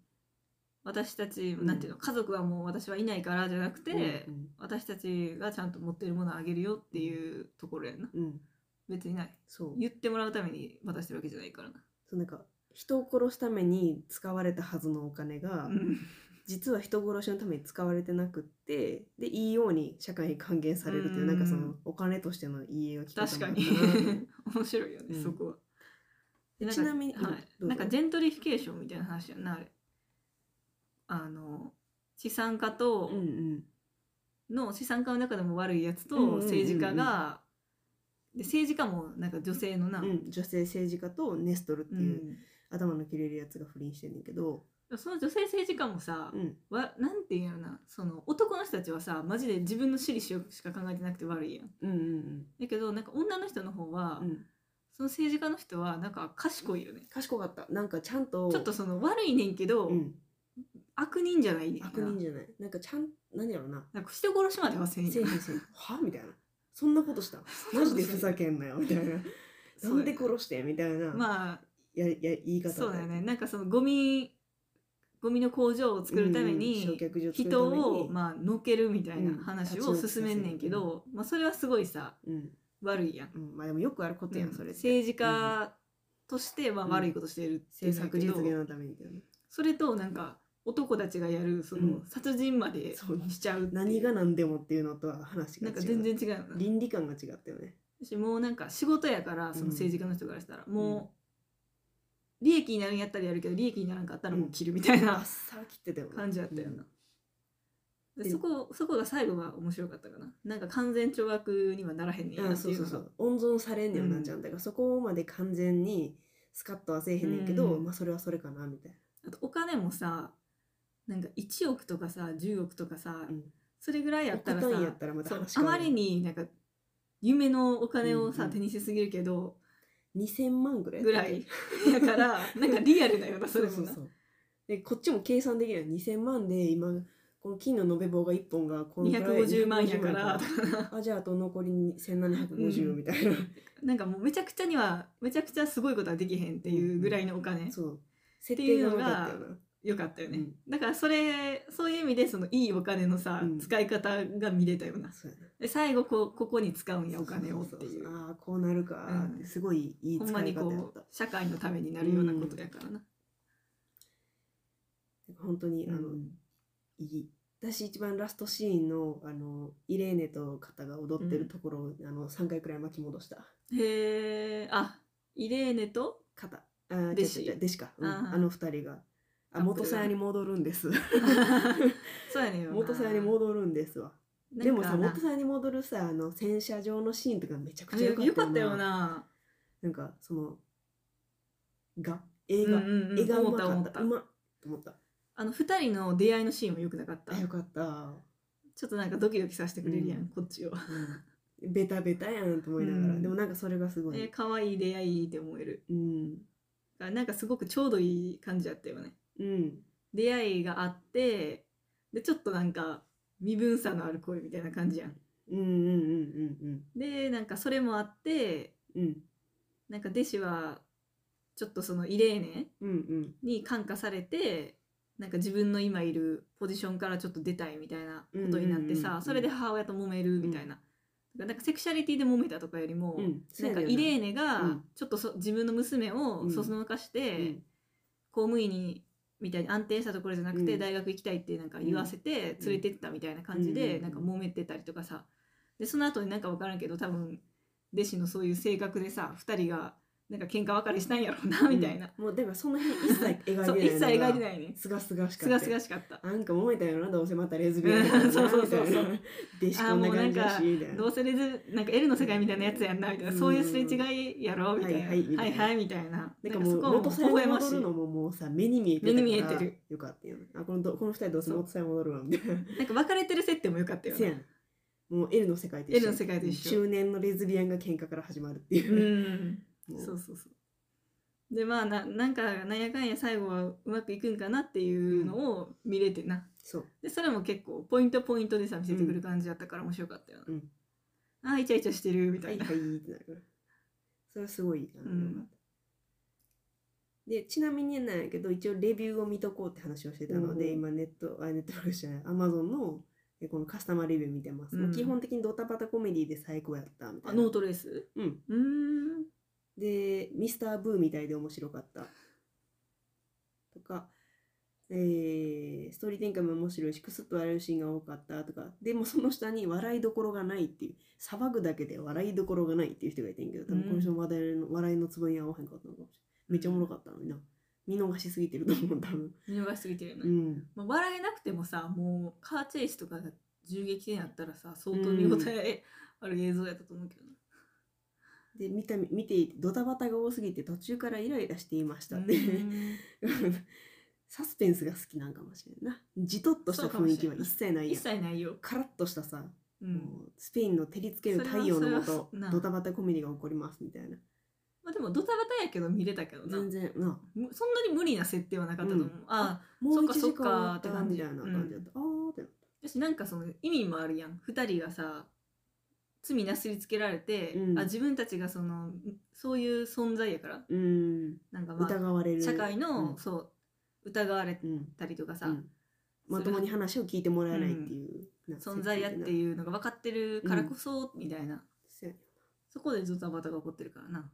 [SPEAKER 2] 私たち、
[SPEAKER 1] うん
[SPEAKER 2] なんていうの家族はもう私はいないからじゃなくて、
[SPEAKER 1] うん
[SPEAKER 2] 私たちがちゃんと持ってるものをあげるよっていうところやんな
[SPEAKER 1] うんうん
[SPEAKER 2] 別にない
[SPEAKER 1] そう
[SPEAKER 2] 言ってもらうために渡してるわけじゃないからな、
[SPEAKER 1] そうなんか人を殺すために使われたはずのお金が、
[SPEAKER 2] うん
[SPEAKER 1] 実は人殺しのために使われてなくってでいいように社会に還元されるという、
[SPEAKER 2] うん
[SPEAKER 1] なんかそのお金としてのいい映画聞け
[SPEAKER 2] 確
[SPEAKER 1] た
[SPEAKER 2] か
[SPEAKER 1] な
[SPEAKER 2] に
[SPEAKER 1] と思って
[SPEAKER 2] 面白いよね、
[SPEAKER 1] うん
[SPEAKER 2] そこはでんか
[SPEAKER 1] ちなみに
[SPEAKER 2] は
[SPEAKER 1] うん
[SPEAKER 2] い、
[SPEAKER 1] どうぞ
[SPEAKER 2] なんかジェントリフィケーションみたいな話やんなあれあの資産家 と
[SPEAKER 1] うんうん
[SPEAKER 2] の資産家の中でも悪いやつと
[SPEAKER 1] うんうんうんうん
[SPEAKER 2] 政治家が、で政治家もなんか女性のな、
[SPEAKER 1] うん、女性政治家とネストルって
[SPEAKER 2] う
[SPEAKER 1] いう、
[SPEAKER 2] ん
[SPEAKER 1] 頭の切れるやつが不倫してんねんけど、
[SPEAKER 2] その女性政治家もさ、
[SPEAKER 1] うん、
[SPEAKER 2] わなんていうんやろなその男の人たちはさマジで自分の私利私欲しか考えてなくて悪いやん
[SPEAKER 1] うんうん
[SPEAKER 2] だけどなんか女の人の方は、
[SPEAKER 1] うんうん
[SPEAKER 2] その政治家の人はなんか賢いよね
[SPEAKER 1] 賢かったなんかちゃんと
[SPEAKER 2] ちょっとその悪いねんけど、
[SPEAKER 1] うん、
[SPEAKER 2] 悪人じゃないねんな
[SPEAKER 1] 悪人じゃないなんかちゃん何やろうな
[SPEAKER 2] なんか人殺しまではせんやん
[SPEAKER 1] せいせいせいはみたいなそんなことしたマジでふざけんなよみたいなな
[SPEAKER 2] そうんやね
[SPEAKER 1] で殺してみたいな、
[SPEAKER 2] まあ
[SPEAKER 1] やや言い方
[SPEAKER 2] そうだよね
[SPEAKER 1] うん
[SPEAKER 2] なんかそのゴミゴミの工場を作るため
[SPEAKER 1] うんう
[SPEAKER 2] に
[SPEAKER 1] ん焼却所作るた
[SPEAKER 2] 人
[SPEAKER 1] めに
[SPEAKER 2] をまあのけるみたいな話
[SPEAKER 1] う
[SPEAKER 2] を
[SPEAKER 1] ん
[SPEAKER 2] 進めんねんけど、まあ、それはすごいさ
[SPEAKER 1] うん
[SPEAKER 2] 悪いやん。
[SPEAKER 1] うんまあでもよくあることやん、
[SPEAKER 2] うん
[SPEAKER 1] それって
[SPEAKER 2] 政治家として、まあ、
[SPEAKER 1] うん
[SPEAKER 2] 悪いことしてるっていう
[SPEAKER 1] 政
[SPEAKER 2] のや
[SPEAKER 1] 策
[SPEAKER 2] けど
[SPEAKER 1] 実現のためにけどね
[SPEAKER 2] それとなんか男たちがやるその、
[SPEAKER 1] うん
[SPEAKER 2] 殺人まで
[SPEAKER 1] そう
[SPEAKER 2] しちゃうっていう
[SPEAKER 1] 何が何でもっていうのとは話が違
[SPEAKER 2] なん
[SPEAKER 1] う
[SPEAKER 2] か全然違うよな
[SPEAKER 1] 倫理観が違ったよね
[SPEAKER 2] 私もうなんか仕事やからその
[SPEAKER 1] うん
[SPEAKER 2] 政治家の人からしたら、もう利益になるんやったらやるけど利益にならんかったらもう切るみたい
[SPEAKER 1] バ
[SPEAKER 2] な
[SPEAKER 1] ッサー切ってたよね
[SPEAKER 2] 感じやったよな、
[SPEAKER 1] ん
[SPEAKER 2] でそこそこが最後は面白かったかななんか完全懲悪にはならへんねん
[SPEAKER 1] う
[SPEAKER 2] や
[SPEAKER 1] ん、
[SPEAKER 2] って
[SPEAKER 1] そう
[SPEAKER 2] いう
[SPEAKER 1] そう
[SPEAKER 2] の
[SPEAKER 1] そ
[SPEAKER 2] が
[SPEAKER 1] う温存されんねんな、
[SPEAKER 2] うん
[SPEAKER 1] ちゃんだからそこまで完全にスカッとはせえへんねんけど、
[SPEAKER 2] うん
[SPEAKER 1] まあそれはそれかなみたい
[SPEAKER 2] あとお金もさなんか1億とかさ10億とかさ、
[SPEAKER 1] うん
[SPEAKER 2] それぐらい
[SPEAKER 1] な
[SPEAKER 2] やったらさ
[SPEAKER 1] 億単位やったらまた
[SPEAKER 2] そう
[SPEAKER 1] 話
[SPEAKER 2] あ
[SPEAKER 1] 変わ
[SPEAKER 2] ま
[SPEAKER 1] る
[SPEAKER 2] りになんか夢のお金を
[SPEAKER 1] うん
[SPEAKER 2] さ、
[SPEAKER 1] うん
[SPEAKER 2] 手にしすぎるけど
[SPEAKER 1] 2000万ぐらい
[SPEAKER 2] ぐらい だからなんかリアルなようなそ
[SPEAKER 1] そ
[SPEAKER 2] れ
[SPEAKER 1] う
[SPEAKER 2] も
[SPEAKER 1] そう
[SPEAKER 2] な
[SPEAKER 1] そうでこっちも計算できるよ2000万で今この金の延べ棒が1本がこのぐらい
[SPEAKER 2] 250万やから
[SPEAKER 1] あじゃああと残りに1750みたいな、
[SPEAKER 2] なんかもうめちゃくちゃにはめちゃくちゃすごいことはできへんっていうぐらいのお金、
[SPEAKER 1] そう設定が分かったよな
[SPEAKER 2] よかったよね、
[SPEAKER 1] うん
[SPEAKER 2] だからそれそういう意味でそのいいお金のさ、
[SPEAKER 1] うん
[SPEAKER 2] 使い方が見れたような
[SPEAKER 1] そうやな
[SPEAKER 2] で最後こうここに使うんやお金をっ
[SPEAKER 1] そう
[SPEAKER 2] て
[SPEAKER 1] そう
[SPEAKER 2] い
[SPEAKER 1] そううああこうなるかーって、
[SPEAKER 2] うん
[SPEAKER 1] すごいいい
[SPEAKER 2] ほ
[SPEAKER 1] 使
[SPEAKER 2] んま
[SPEAKER 1] い
[SPEAKER 2] に
[SPEAKER 1] 方
[SPEAKER 2] こ
[SPEAKER 1] やった
[SPEAKER 2] う社会のためになるようなことやからな、
[SPEAKER 1] 本当に、
[SPEAKER 2] うん
[SPEAKER 1] あのいい私一番ラストシーンのあのイレーネと方が踊ってるところを、あの3回くらい巻き戻した
[SPEAKER 2] へえあイレーネと
[SPEAKER 1] 方あ
[SPEAKER 2] 弟子
[SPEAKER 1] 違う違う違う弟子か、うん
[SPEAKER 2] あ
[SPEAKER 1] あ
[SPEAKER 2] ー
[SPEAKER 1] の2人が
[SPEAKER 2] カップル
[SPEAKER 1] あ元さやに戻るんです
[SPEAKER 2] そうやねんよな
[SPEAKER 1] 元さやに戻るんですわ
[SPEAKER 2] なんか
[SPEAKER 1] でもさ
[SPEAKER 2] な
[SPEAKER 1] 元さやに戻るさあの洗車場のシーンとかめちゃく
[SPEAKER 2] あ
[SPEAKER 1] ちゃ
[SPEAKER 2] れよ
[SPEAKER 1] 良
[SPEAKER 2] か
[SPEAKER 1] かっ
[SPEAKER 2] っ
[SPEAKER 1] たた
[SPEAKER 2] よ
[SPEAKER 1] よな
[SPEAKER 2] な
[SPEAKER 1] なんかそのが映
[SPEAKER 2] うん
[SPEAKER 1] 画、
[SPEAKER 2] うんうん
[SPEAKER 1] 映画うま
[SPEAKER 2] 思った
[SPEAKER 1] か
[SPEAKER 2] 思
[SPEAKER 1] っ
[SPEAKER 2] ったた
[SPEAKER 1] うまっと思った
[SPEAKER 2] あの2人の出会いのシーンもよくなかった
[SPEAKER 1] あよかった、うん
[SPEAKER 2] ちょっとなんかドキドキさせてくれるやん、
[SPEAKER 1] うん
[SPEAKER 2] こっちを
[SPEAKER 1] ベタベタやんと思いながら、
[SPEAKER 2] うん
[SPEAKER 1] でもなんかそれがすごい、
[SPEAKER 2] えー、可愛い出会いって思える
[SPEAKER 1] うん
[SPEAKER 2] だからなんかすごくちょうどいい感じだったよね
[SPEAKER 1] うん
[SPEAKER 2] 出会いがあってでちょっとなんか身分差のある恋みたいな感じやん
[SPEAKER 1] うんうんうん
[SPEAKER 2] でなんかそれもあって
[SPEAKER 1] うんうん
[SPEAKER 2] なんか弟子はちょっとそのイレーネ
[SPEAKER 1] うんうん
[SPEAKER 2] に感化されてなんか自分の今いるポジションからちょっと出たいみたいなことに
[SPEAKER 1] う
[SPEAKER 2] なって
[SPEAKER 1] んうんうんう
[SPEAKER 2] さ
[SPEAKER 1] ん
[SPEAKER 2] それで母親と揉めるみたいな。なんかセクシャリティで揉めたとかよりも、
[SPEAKER 1] うんうん
[SPEAKER 2] なんかイレーネが
[SPEAKER 1] うん
[SPEAKER 2] ちょっとそ自分の娘をそそのかして、公務員にみたいに安定したところじゃなくて、
[SPEAKER 1] うん
[SPEAKER 2] 大学行きたいってなんか言わせて
[SPEAKER 1] うん
[SPEAKER 2] 連れてったみたいな感じ
[SPEAKER 1] うんうん
[SPEAKER 2] で、
[SPEAKER 1] うん
[SPEAKER 2] なんか揉めてたりとかさでその後になんか分からんけど多分弟子のそういう性格でさ2人がなんか喧嘩別れしたんやろうなみたいな、、
[SPEAKER 1] うんもうだからその辺 一切描いてない
[SPEAKER 2] そう一切描いて
[SPEAKER 1] い
[SPEAKER 2] ないね
[SPEAKER 1] すがすがしか
[SPEAKER 2] すがすがしかった
[SPEAKER 1] なんか揉めたよなどうせまたレズビ アンだ
[SPEAKER 2] そうそう
[SPEAKER 1] みたい
[SPEAKER 2] そ
[SPEAKER 1] な
[SPEAKER 2] うそう
[SPEAKER 1] 弟子こんな感じだ
[SPEAKER 2] あ
[SPEAKER 1] し
[SPEAKER 2] ー
[SPEAKER 1] みたいな
[SPEAKER 2] どうせレズなんか L の世界みたいなやつやんなみたいな、
[SPEAKER 1] うん
[SPEAKER 2] そういうすれ違いやろみたいな、
[SPEAKER 1] はいはいみたいな
[SPEAKER 2] はいはいみたいな
[SPEAKER 1] なんかもう元さ
[SPEAKER 2] 微
[SPEAKER 1] んに
[SPEAKER 2] 笑まし
[SPEAKER 1] 戻るの
[SPEAKER 2] い
[SPEAKER 1] ももうさ目に見えてたから
[SPEAKER 2] 目に見えてる
[SPEAKER 1] よかったよねあこのどこの二人どうせ元さんに戻るわみたいな
[SPEAKER 2] なんか別れてる設定もよかったよ
[SPEAKER 1] せや
[SPEAKER 2] ね
[SPEAKER 1] んもう L の世界と一緒
[SPEAKER 2] L の世界と一緒
[SPEAKER 1] 中年のレズビアンが喧嘩から始まるっていうう,
[SPEAKER 2] ん
[SPEAKER 1] もう、
[SPEAKER 2] そうそうそう。でまあななんかなんやかんや最後はうまくいくんかなっていうのを見れてな。
[SPEAKER 1] そう
[SPEAKER 2] でそれも結構ポイントポイントでさ見せてくる感じだったから面白かったよな。
[SPEAKER 1] うん
[SPEAKER 2] あーイチャイチャしてるみた
[SPEAKER 1] はいい
[SPEAKER 2] な。
[SPEAKER 1] はいってなるからそれはすごいあの、
[SPEAKER 2] うん
[SPEAKER 1] よかったでちなみになんやけど一応レビューを見とこうって話をしてたので、
[SPEAKER 2] うん
[SPEAKER 1] 今ネットあネットフリッシュじゃないアマゾンのえこのカスタマーレビュー見てます、
[SPEAKER 2] うん
[SPEAKER 1] もう基本的にドタバタコメディで最高やったみた
[SPEAKER 2] あ
[SPEAKER 1] いな
[SPEAKER 2] ノートレース
[SPEAKER 1] うん
[SPEAKER 2] うーん。
[SPEAKER 1] でミスターブーみたいで面白かったとかえー、ストーリー展開も面白いしクスッと笑うシーンが多かったとかでもその下に笑いどころがないっていう騒ぐだけで笑いどころがないっていう人がいてんけど多分この人の話題の笑いのつぼに合わへんかったのかもしれないめっちゃおもろかったのにな見逃しすぎてると思う多分
[SPEAKER 2] 見逃しすぎてるよね。
[SPEAKER 1] うん
[SPEAKER 2] まあ、笑えなくてもさもうカーチェイスとか銃撃戦やったらさ相当見応えある映像やったと思うけどな。
[SPEAKER 1] で見た見ていてドタバタが多すぎて途中からイライラしていましたって、
[SPEAKER 2] うーん
[SPEAKER 1] サスペンスが好きなんかもしれんなじとっとした雰囲気は一切ない
[SPEAKER 2] 一
[SPEAKER 1] やん
[SPEAKER 2] 切ないよ。
[SPEAKER 1] カラッとしたさ
[SPEAKER 2] うん
[SPEAKER 1] もうスペインの照りつける太陽のも
[SPEAKER 2] それは
[SPEAKER 1] と
[SPEAKER 2] それはな
[SPEAKER 1] ドタバタコメディが起こりますみたいな
[SPEAKER 2] まあ、でもドタバタやけど見れたけどな。
[SPEAKER 1] 全然な
[SPEAKER 2] むそんなに無理な設定はなかったと思う、
[SPEAKER 1] うん
[SPEAKER 2] あ
[SPEAKER 1] も
[SPEAKER 2] そうっか
[SPEAKER 1] 一
[SPEAKER 2] そっ
[SPEAKER 1] 時
[SPEAKER 2] か
[SPEAKER 1] 間あっ
[SPEAKER 2] って
[SPEAKER 1] た
[SPEAKER 2] 感
[SPEAKER 1] み
[SPEAKER 2] じ
[SPEAKER 1] たいな感じだった、あーってなっ
[SPEAKER 2] 私なんかその意味もあるやん2人がさ罪なすりつけられて、
[SPEAKER 1] うん
[SPEAKER 2] あ自分たちがそのそういう存在やから
[SPEAKER 1] たうん
[SPEAKER 2] なんかまあ
[SPEAKER 1] 疑われる
[SPEAKER 2] 社会の、
[SPEAKER 1] う
[SPEAKER 2] そう疑われ
[SPEAKER 1] んうん
[SPEAKER 2] たりとかさ、
[SPEAKER 1] うんまともに話を聞いてもらえないっていう、なんか
[SPEAKER 2] 存在やっていうのが分かってるからこそ、みたいな
[SPEAKER 1] そうやね
[SPEAKER 2] そこでずっとアバターが起こってるからな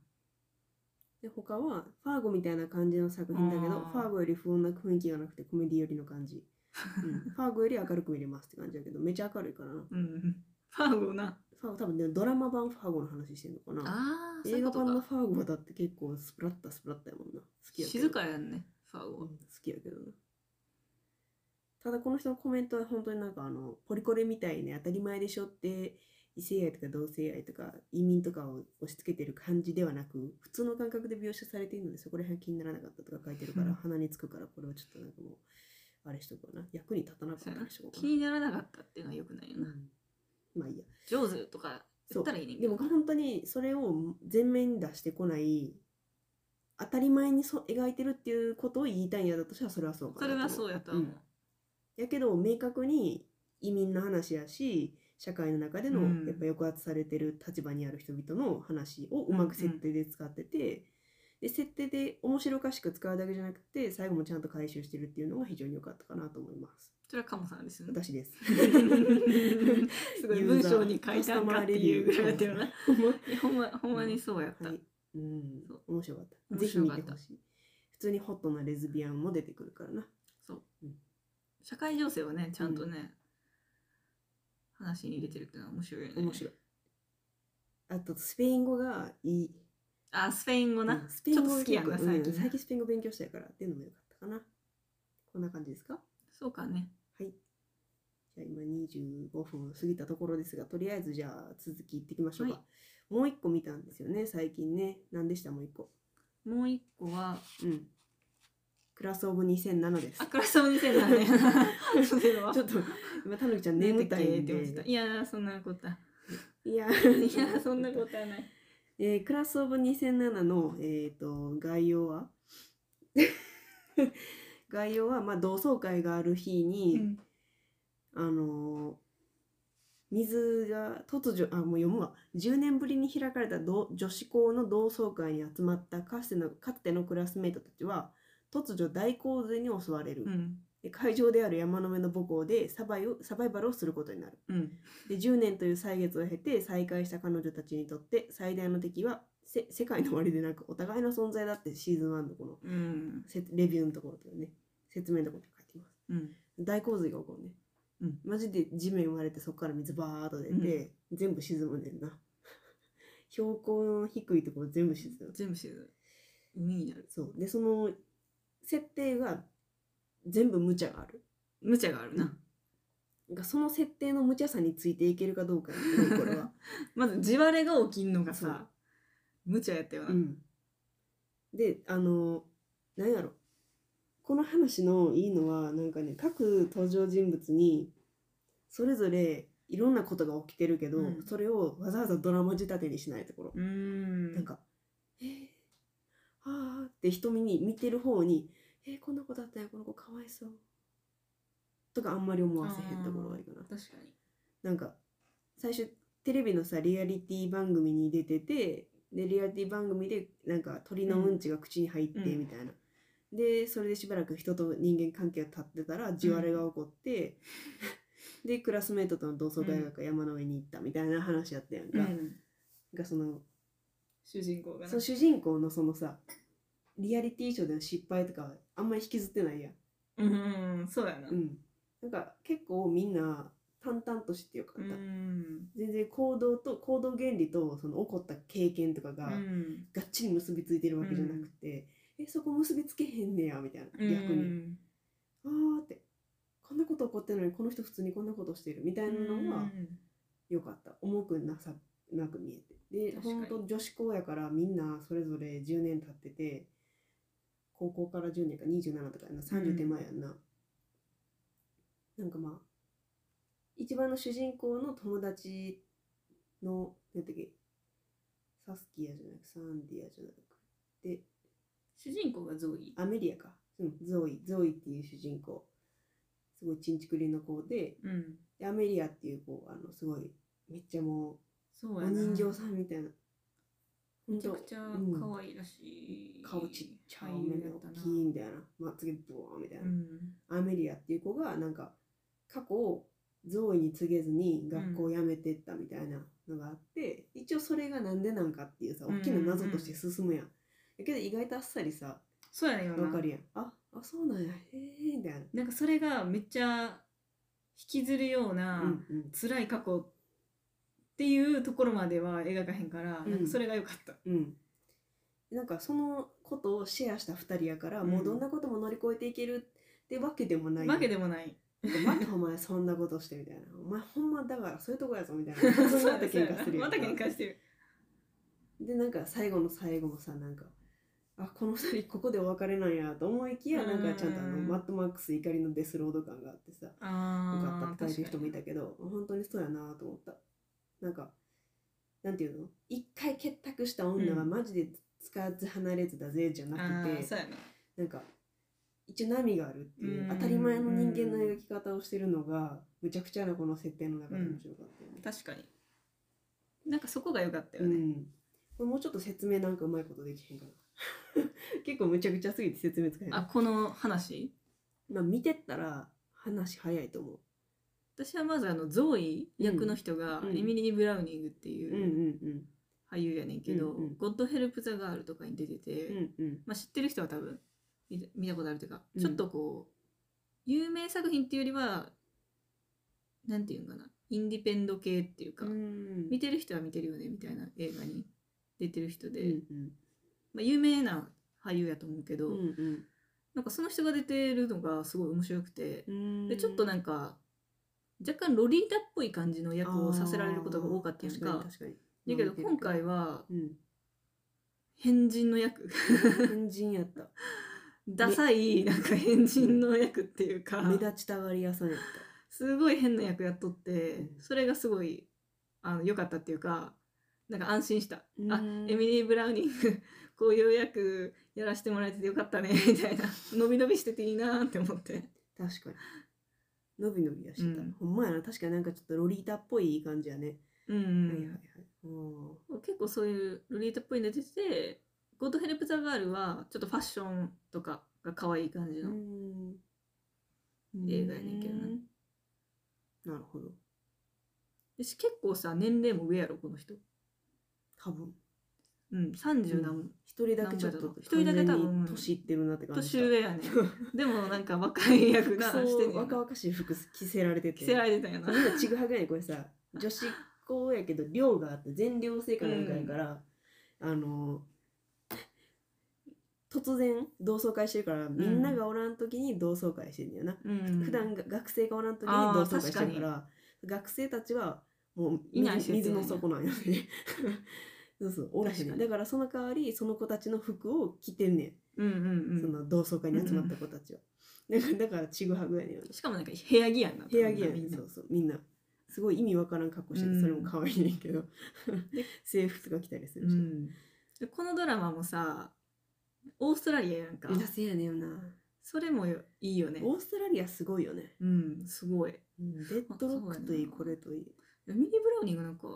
[SPEAKER 1] で他はファーゴみたいな感じの作品だけど
[SPEAKER 2] あー
[SPEAKER 1] ファーゴより不穏な雰囲気がなくてコメディ寄りの感じ、うん、 ファーゴより明るく見れますって感じだけどめちゃ明るいからな
[SPEAKER 2] うんファーゴな
[SPEAKER 1] ファーゴ多分ねドラマ版ファーゴの話してんのかな
[SPEAKER 2] あーそう
[SPEAKER 1] 映
[SPEAKER 2] いう
[SPEAKER 1] 画
[SPEAKER 2] こと
[SPEAKER 1] 版の
[SPEAKER 2] か
[SPEAKER 1] ファーゴはだって結構スプラッタスプラッタやもんな好きやけど
[SPEAKER 2] 静かやんねファー
[SPEAKER 1] うん
[SPEAKER 2] ゴ
[SPEAKER 1] 好きやけどなただこの人のコメントは本当になんかあのポリコレみたいに当たり前でしょって異性愛とか同性愛とか移民とかを押し付けてる感じではなく普通の感覚で描写されているのでそこら辺気にならなかったとか書いてるから
[SPEAKER 2] うん
[SPEAKER 1] 鼻につくからこれはちょっとなんかもうあれしとこうな役に立たなかったりしとこ
[SPEAKER 2] 気
[SPEAKER 1] う
[SPEAKER 2] にならなかったっていうのはよくないよ
[SPEAKER 1] な、
[SPEAKER 2] な、
[SPEAKER 1] うんまあいいや
[SPEAKER 2] 上手とか言ったらいいねんけ
[SPEAKER 1] で
[SPEAKER 2] ど
[SPEAKER 1] も本当にそれを全面に出してこない当たり前にそ描いてるっていうことを言いたいんやだとしたらそれはそうか
[SPEAKER 2] そ
[SPEAKER 1] な
[SPEAKER 2] れ
[SPEAKER 1] と思う
[SPEAKER 2] はそうやとは思う、
[SPEAKER 1] んやけど明確に移民の話やし社会の中での
[SPEAKER 2] うん
[SPEAKER 1] やっぱ抑圧されてる立場にある人々の話をうまく設定で使ってて、で設定で面白おかしく使うだけじゃなくて最後もちゃんと回収してるっていうのが非常に良かったかなと思います。
[SPEAKER 2] それはカモさんですよね
[SPEAKER 1] 私です。
[SPEAKER 2] すごい文章に書いてあるかっていう ぐらいやったよな。 いやほんまほんまにそうやった、
[SPEAKER 1] はい、うん
[SPEAKER 2] そう、
[SPEAKER 1] 面白かった。
[SPEAKER 2] 面
[SPEAKER 1] ぜひ見
[SPEAKER 2] 白かっ
[SPEAKER 1] て
[SPEAKER 2] た
[SPEAKER 1] ほしい。普通にホットなレズビアンも出てくるからな。
[SPEAKER 2] そう、
[SPEAKER 1] うん
[SPEAKER 2] 社会情勢はねちゃんとね、話に入れてるっていうのは面白いよね
[SPEAKER 1] 面白い。あと、スペイン語がいい。
[SPEAKER 2] あスペイン語な、
[SPEAKER 1] うんスペイン
[SPEAKER 2] ちょっ
[SPEAKER 1] 語
[SPEAKER 2] と好きやんな
[SPEAKER 1] 結構
[SPEAKER 2] 最
[SPEAKER 1] う
[SPEAKER 2] 近
[SPEAKER 1] ん
[SPEAKER 2] な、
[SPEAKER 1] 最近スペイン語勉強したいからっていうのもよかったかな。こんな感じですか
[SPEAKER 2] そうかね
[SPEAKER 1] はい。じゃあ今25分過ぎたところですが、とりあえずじゃあ続きいってきましょうか。
[SPEAKER 2] は
[SPEAKER 1] もう一個見たんですよね、最近ね。何でしたもう一個。
[SPEAKER 2] もう一個は
[SPEAKER 1] うん。クラスオブ2007です
[SPEAKER 2] あ。クラスオブ2000だね そういうのは
[SPEAKER 1] ちょっと今たぬきちゃん眠たいんで
[SPEAKER 2] 出てけって思ってたいやそんなことはい
[SPEAKER 1] や
[SPEAKER 2] いや そんなことはない
[SPEAKER 1] えークラスオブ2007の、えー、と概要は 概要は、まあ、同窓会がある日に、
[SPEAKER 2] うん
[SPEAKER 1] あのー水が突如あもう読むわ10年ぶりに開かれた同女子校の同窓会に集まったかつてのかつてのクラスメートたちは突如大洪水に襲われる、
[SPEAKER 2] うん
[SPEAKER 1] で会場である山の上の母校でサバイをサバイバルをすることになる。
[SPEAKER 2] うん
[SPEAKER 1] で10年という歳月を経て再会した彼女たちにとって最大の敵はせ世界の終わりでなくお互いの存在だってシーズン1のこの
[SPEAKER 2] うん
[SPEAKER 1] せレビューのところとかね説明のところに書いてます
[SPEAKER 2] うん
[SPEAKER 1] 大洪水が起こるね、
[SPEAKER 2] うん
[SPEAKER 1] マジで地面割れてそこから水バーッと出て、全部沈むねんな 標高の低いところ全部沈む
[SPEAKER 2] 全部知る海になる
[SPEAKER 1] そうでその設定が全部無茶がある
[SPEAKER 2] 無茶があるな、
[SPEAKER 1] なんかその設定の無茶さについていけるかどうかやねこれは
[SPEAKER 2] まず地割れが起きんのが
[SPEAKER 1] そ
[SPEAKER 2] さ
[SPEAKER 1] う
[SPEAKER 2] 無茶やったよな、
[SPEAKER 1] うん、であの何やろこの話のいいのはなんかね各登場人物にそれぞれいろんなことが起きてるけど、
[SPEAKER 2] うん
[SPEAKER 1] それをわざわざドラマ仕立てにしないところ、
[SPEAKER 2] うーん
[SPEAKER 1] なんか「えー、あー」って瞳に見てる方に「えー、こんなことあったよこの子かわいそう」とかあんまり思わせへんところがいいかな。
[SPEAKER 2] 確かに
[SPEAKER 1] なんか最初テレビのさリアリティ番組に出ててでリアリティ番組でなんか鳥のうんちが口に入って
[SPEAKER 2] うん
[SPEAKER 1] みたいな、でそれでしばらく人と人間関係が立ってたら地割れが起こって、 でクラスメートとの同窓会が山の上に行ったみたいな話やったやんか、
[SPEAKER 2] うん
[SPEAKER 1] がその
[SPEAKER 2] 主人公がな
[SPEAKER 1] その主人公のそのさリアリティショーでの失敗とかあんまり引きずってないやん
[SPEAKER 2] うんうんうんそうやな
[SPEAKER 1] うん、なんか結構みんな淡々としてよか
[SPEAKER 2] う
[SPEAKER 1] った、
[SPEAKER 2] ん
[SPEAKER 1] 全然行動と行動原理とその起こった経験とかが
[SPEAKER 2] うん
[SPEAKER 1] がっちり結びついてるわけじゃなくて、えそこ結びつけへんねやみたいな
[SPEAKER 2] うん
[SPEAKER 1] 逆に、あーってこんなこと起こってるのにこの人普通にこんなことしてるみたいなの
[SPEAKER 2] う
[SPEAKER 1] が
[SPEAKER 2] ん
[SPEAKER 1] 良かった、重くなさなく見えてで
[SPEAKER 2] 確か
[SPEAKER 1] 本
[SPEAKER 2] に
[SPEAKER 1] 当女子校やからみんなそれぞれ10年経ってて高校から10年か27とかやな30手前やんな、なんかまあ一番の主人公の友達の何だっけサスキアじゃなくサンディアじゃなくで
[SPEAKER 2] 主人公がゾイ
[SPEAKER 1] アメリアか、うん、ゾイゾイっていう主人公すごいちんちくりの子で
[SPEAKER 2] うん
[SPEAKER 1] でアメリアっていう子あのすごいめっちゃもう
[SPEAKER 2] そう
[SPEAKER 1] お
[SPEAKER 2] やな
[SPEAKER 1] 人形さんみたいな。ほ
[SPEAKER 2] め
[SPEAKER 1] ん
[SPEAKER 2] ちゃ
[SPEAKER 1] と
[SPEAKER 2] くちゃ
[SPEAKER 1] うん
[SPEAKER 2] 可愛らしい
[SPEAKER 1] 顔ちっちゃい、
[SPEAKER 2] 俳優
[SPEAKER 1] 目
[SPEAKER 2] や
[SPEAKER 1] が
[SPEAKER 2] ったな
[SPEAKER 1] 大きいみたいな、まつげブワーみたいうな、
[SPEAKER 2] ん
[SPEAKER 1] アメリアっていう子が、なんか、過去をゾーイに告げずに学校を辞めてったみたいなのがあって一応それがなんでなんかっていうさ
[SPEAKER 2] うん
[SPEAKER 1] 大きな謎として進むやん。やけど意外とあっさりさ
[SPEAKER 2] そうやねんよな
[SPEAKER 1] わかるやん。ああそうなんやへえみたいな。
[SPEAKER 2] なんかそれがめっちゃ引きずるような、
[SPEAKER 1] うんうん
[SPEAKER 2] 辛い過去っていうところまでは描かへんから、
[SPEAKER 1] うん
[SPEAKER 2] なんかそれが良かった。
[SPEAKER 1] うん、なんかそのことをシェアした2人やから、もうどんなことも乗り越えていけるってわけでもない
[SPEAKER 2] わけでもない。
[SPEAKER 1] またお前そんなことしてみたいなお前ほんまだからそういうとこやぞみたいな
[SPEAKER 2] そう
[SPEAKER 1] そんなま
[SPEAKER 2] や
[SPEAKER 1] た喧嘩する
[SPEAKER 2] そうや
[SPEAKER 1] や
[SPEAKER 2] ま
[SPEAKER 1] ん
[SPEAKER 2] た
[SPEAKER 1] か
[SPEAKER 2] 喧嘩してる。
[SPEAKER 1] でなんか最後の最後もさなんかあこの2人ここでお別れなんやと思いきやなんかちゃんとあの
[SPEAKER 2] うん
[SPEAKER 1] マッドマックス怒りのデスロード感があってさよ
[SPEAKER 2] あ
[SPEAKER 1] か
[SPEAKER 2] あ、
[SPEAKER 1] ったって書いてる人もい
[SPEAKER 2] 確か
[SPEAKER 1] たけど本当にそうやなと思ったなんかなんていうの一回結託した女は
[SPEAKER 2] うん
[SPEAKER 1] マジでつかず離れずだぜじゃ
[SPEAKER 2] に
[SPEAKER 1] なく
[SPEAKER 2] あ
[SPEAKER 1] て、
[SPEAKER 2] ーそうやな。
[SPEAKER 1] なんか一応波があるっていううん当たり前の人間の描き方をしてるのがむちゃくちゃなこの設定の中で面白かったよね。
[SPEAKER 2] 確かに。なんかそこが良かったよ
[SPEAKER 1] う
[SPEAKER 2] ね。
[SPEAKER 1] んこれもうちょっと説明なんかうまいことできへんかな。 結構むちゃくちゃすぎて説明つかへん。
[SPEAKER 2] あ、この話
[SPEAKER 1] まあ見てったら話早いと思う。
[SPEAKER 2] 私はまずあのゾーイ役の人が
[SPEAKER 1] うん
[SPEAKER 2] エミリー・ブラウニングって
[SPEAKER 1] うんう
[SPEAKER 2] いうん
[SPEAKER 1] うん
[SPEAKER 2] 俳優やねんけど、
[SPEAKER 1] うんうん
[SPEAKER 2] ゴッド・ヘルプ・ザ・ガールとかに出てて、
[SPEAKER 1] うんうん
[SPEAKER 2] まあ、知ってる人は多分見た見たことあるというか、
[SPEAKER 1] うん
[SPEAKER 2] ちょっとこう有名作品っていうよりはなんていうんかなインディペンド系っていうか、
[SPEAKER 1] うん。
[SPEAKER 2] 見てる人は見てるよねみたいな映画に出てる人で、
[SPEAKER 1] うんうん
[SPEAKER 2] まあ、有名な俳優やと思うけど、
[SPEAKER 1] うん
[SPEAKER 2] なんかその人が出てるのがすごい面白くて
[SPEAKER 1] う、ん。
[SPEAKER 2] でちょっとなんか若干ロリータっぽい感じの役をさせられることが多かったやん
[SPEAKER 1] 確
[SPEAKER 2] か
[SPEAKER 1] かに確かに。
[SPEAKER 2] だけど今回は
[SPEAKER 1] うん。
[SPEAKER 2] 変人の 役
[SPEAKER 1] 変人や った。
[SPEAKER 2] ダサいなんか変人の役っていう か
[SPEAKER 1] 目立ちたがり屋さんやった。
[SPEAKER 2] すごい変な役やっとって、
[SPEAKER 1] うん
[SPEAKER 2] それがすごいあの良かったっていうかなんか安心した、
[SPEAKER 1] うん
[SPEAKER 2] あエミリー・ブラウニング こういう役やらせてもらえててよかったねみたいな伸び伸びしてていいなって思って
[SPEAKER 1] 確かに。伸び伸びはしてた。
[SPEAKER 2] うん
[SPEAKER 1] ほんまやな。確かになんかちょっとロリータっぽい感じやね。
[SPEAKER 2] うん、
[SPEAKER 1] はいはいはい。おー
[SPEAKER 2] 結構そういうロリータっぽいの出てて「ゴッド・ヘルプ・ザ・ガール」はちょっとファッションとかが可愛い感じ
[SPEAKER 1] う
[SPEAKER 2] の、
[SPEAKER 1] ん。
[SPEAKER 2] 映画やねんけどな
[SPEAKER 1] うんなるほど。
[SPEAKER 2] でし結構さ年齢も上やろこの人
[SPEAKER 1] 多分。
[SPEAKER 2] うん30何、
[SPEAKER 1] うん一人だけちょっ
[SPEAKER 2] なん
[SPEAKER 1] と
[SPEAKER 2] ぼやろ一人だけ多分
[SPEAKER 1] 完全に年いってるなって感じ
[SPEAKER 2] 年上 やねんでもなんか若い役が
[SPEAKER 1] そ
[SPEAKER 2] してん
[SPEAKER 1] う
[SPEAKER 2] ねん
[SPEAKER 1] 若々しい服着せられてて
[SPEAKER 2] 着せられてたよな
[SPEAKER 1] みんなちぐはぐやねんこれさ女子校やけど寮があって全寮制かなんかやから、あの突然同窓会してるからみんながおらん時に同窓会してんだよな、
[SPEAKER 2] うん
[SPEAKER 1] 普段が学生がおらん時に
[SPEAKER 2] あー
[SPEAKER 1] 同窓会してるから学生たちはもう水
[SPEAKER 2] いないし
[SPEAKER 1] 水の底なんよね そうそうおらへん
[SPEAKER 2] 確
[SPEAKER 1] ねん
[SPEAKER 2] かに
[SPEAKER 1] だからその代わりその子たちの服を着てんね
[SPEAKER 2] うんう
[SPEAKER 1] ん、
[SPEAKER 2] んう
[SPEAKER 1] そ
[SPEAKER 2] ん
[SPEAKER 1] の同窓会に集まった子たちは、なんかだからちぐはぐやねんよな
[SPEAKER 2] しかもなんか部屋着やんな
[SPEAKER 1] 部屋着や
[SPEAKER 2] み
[SPEAKER 1] ね
[SPEAKER 2] ん
[SPEAKER 1] ん
[SPEAKER 2] な
[SPEAKER 1] そうそうみんなすごい意味わからん格好してて、
[SPEAKER 2] うん
[SPEAKER 1] それも可愛いねんけど 制服とか着たりす
[SPEAKER 2] う
[SPEAKER 1] るし、
[SPEAKER 2] んでこのドラマもさオーストラリアやんか
[SPEAKER 1] せやねんよな
[SPEAKER 2] それもよいいよね
[SPEAKER 1] オーストラリアすごいよね、
[SPEAKER 2] うんすごいエ
[SPEAKER 1] うん、デッドロックといい
[SPEAKER 2] あそうやな
[SPEAKER 1] これといい、
[SPEAKER 2] ミリー・ブラウニングなんか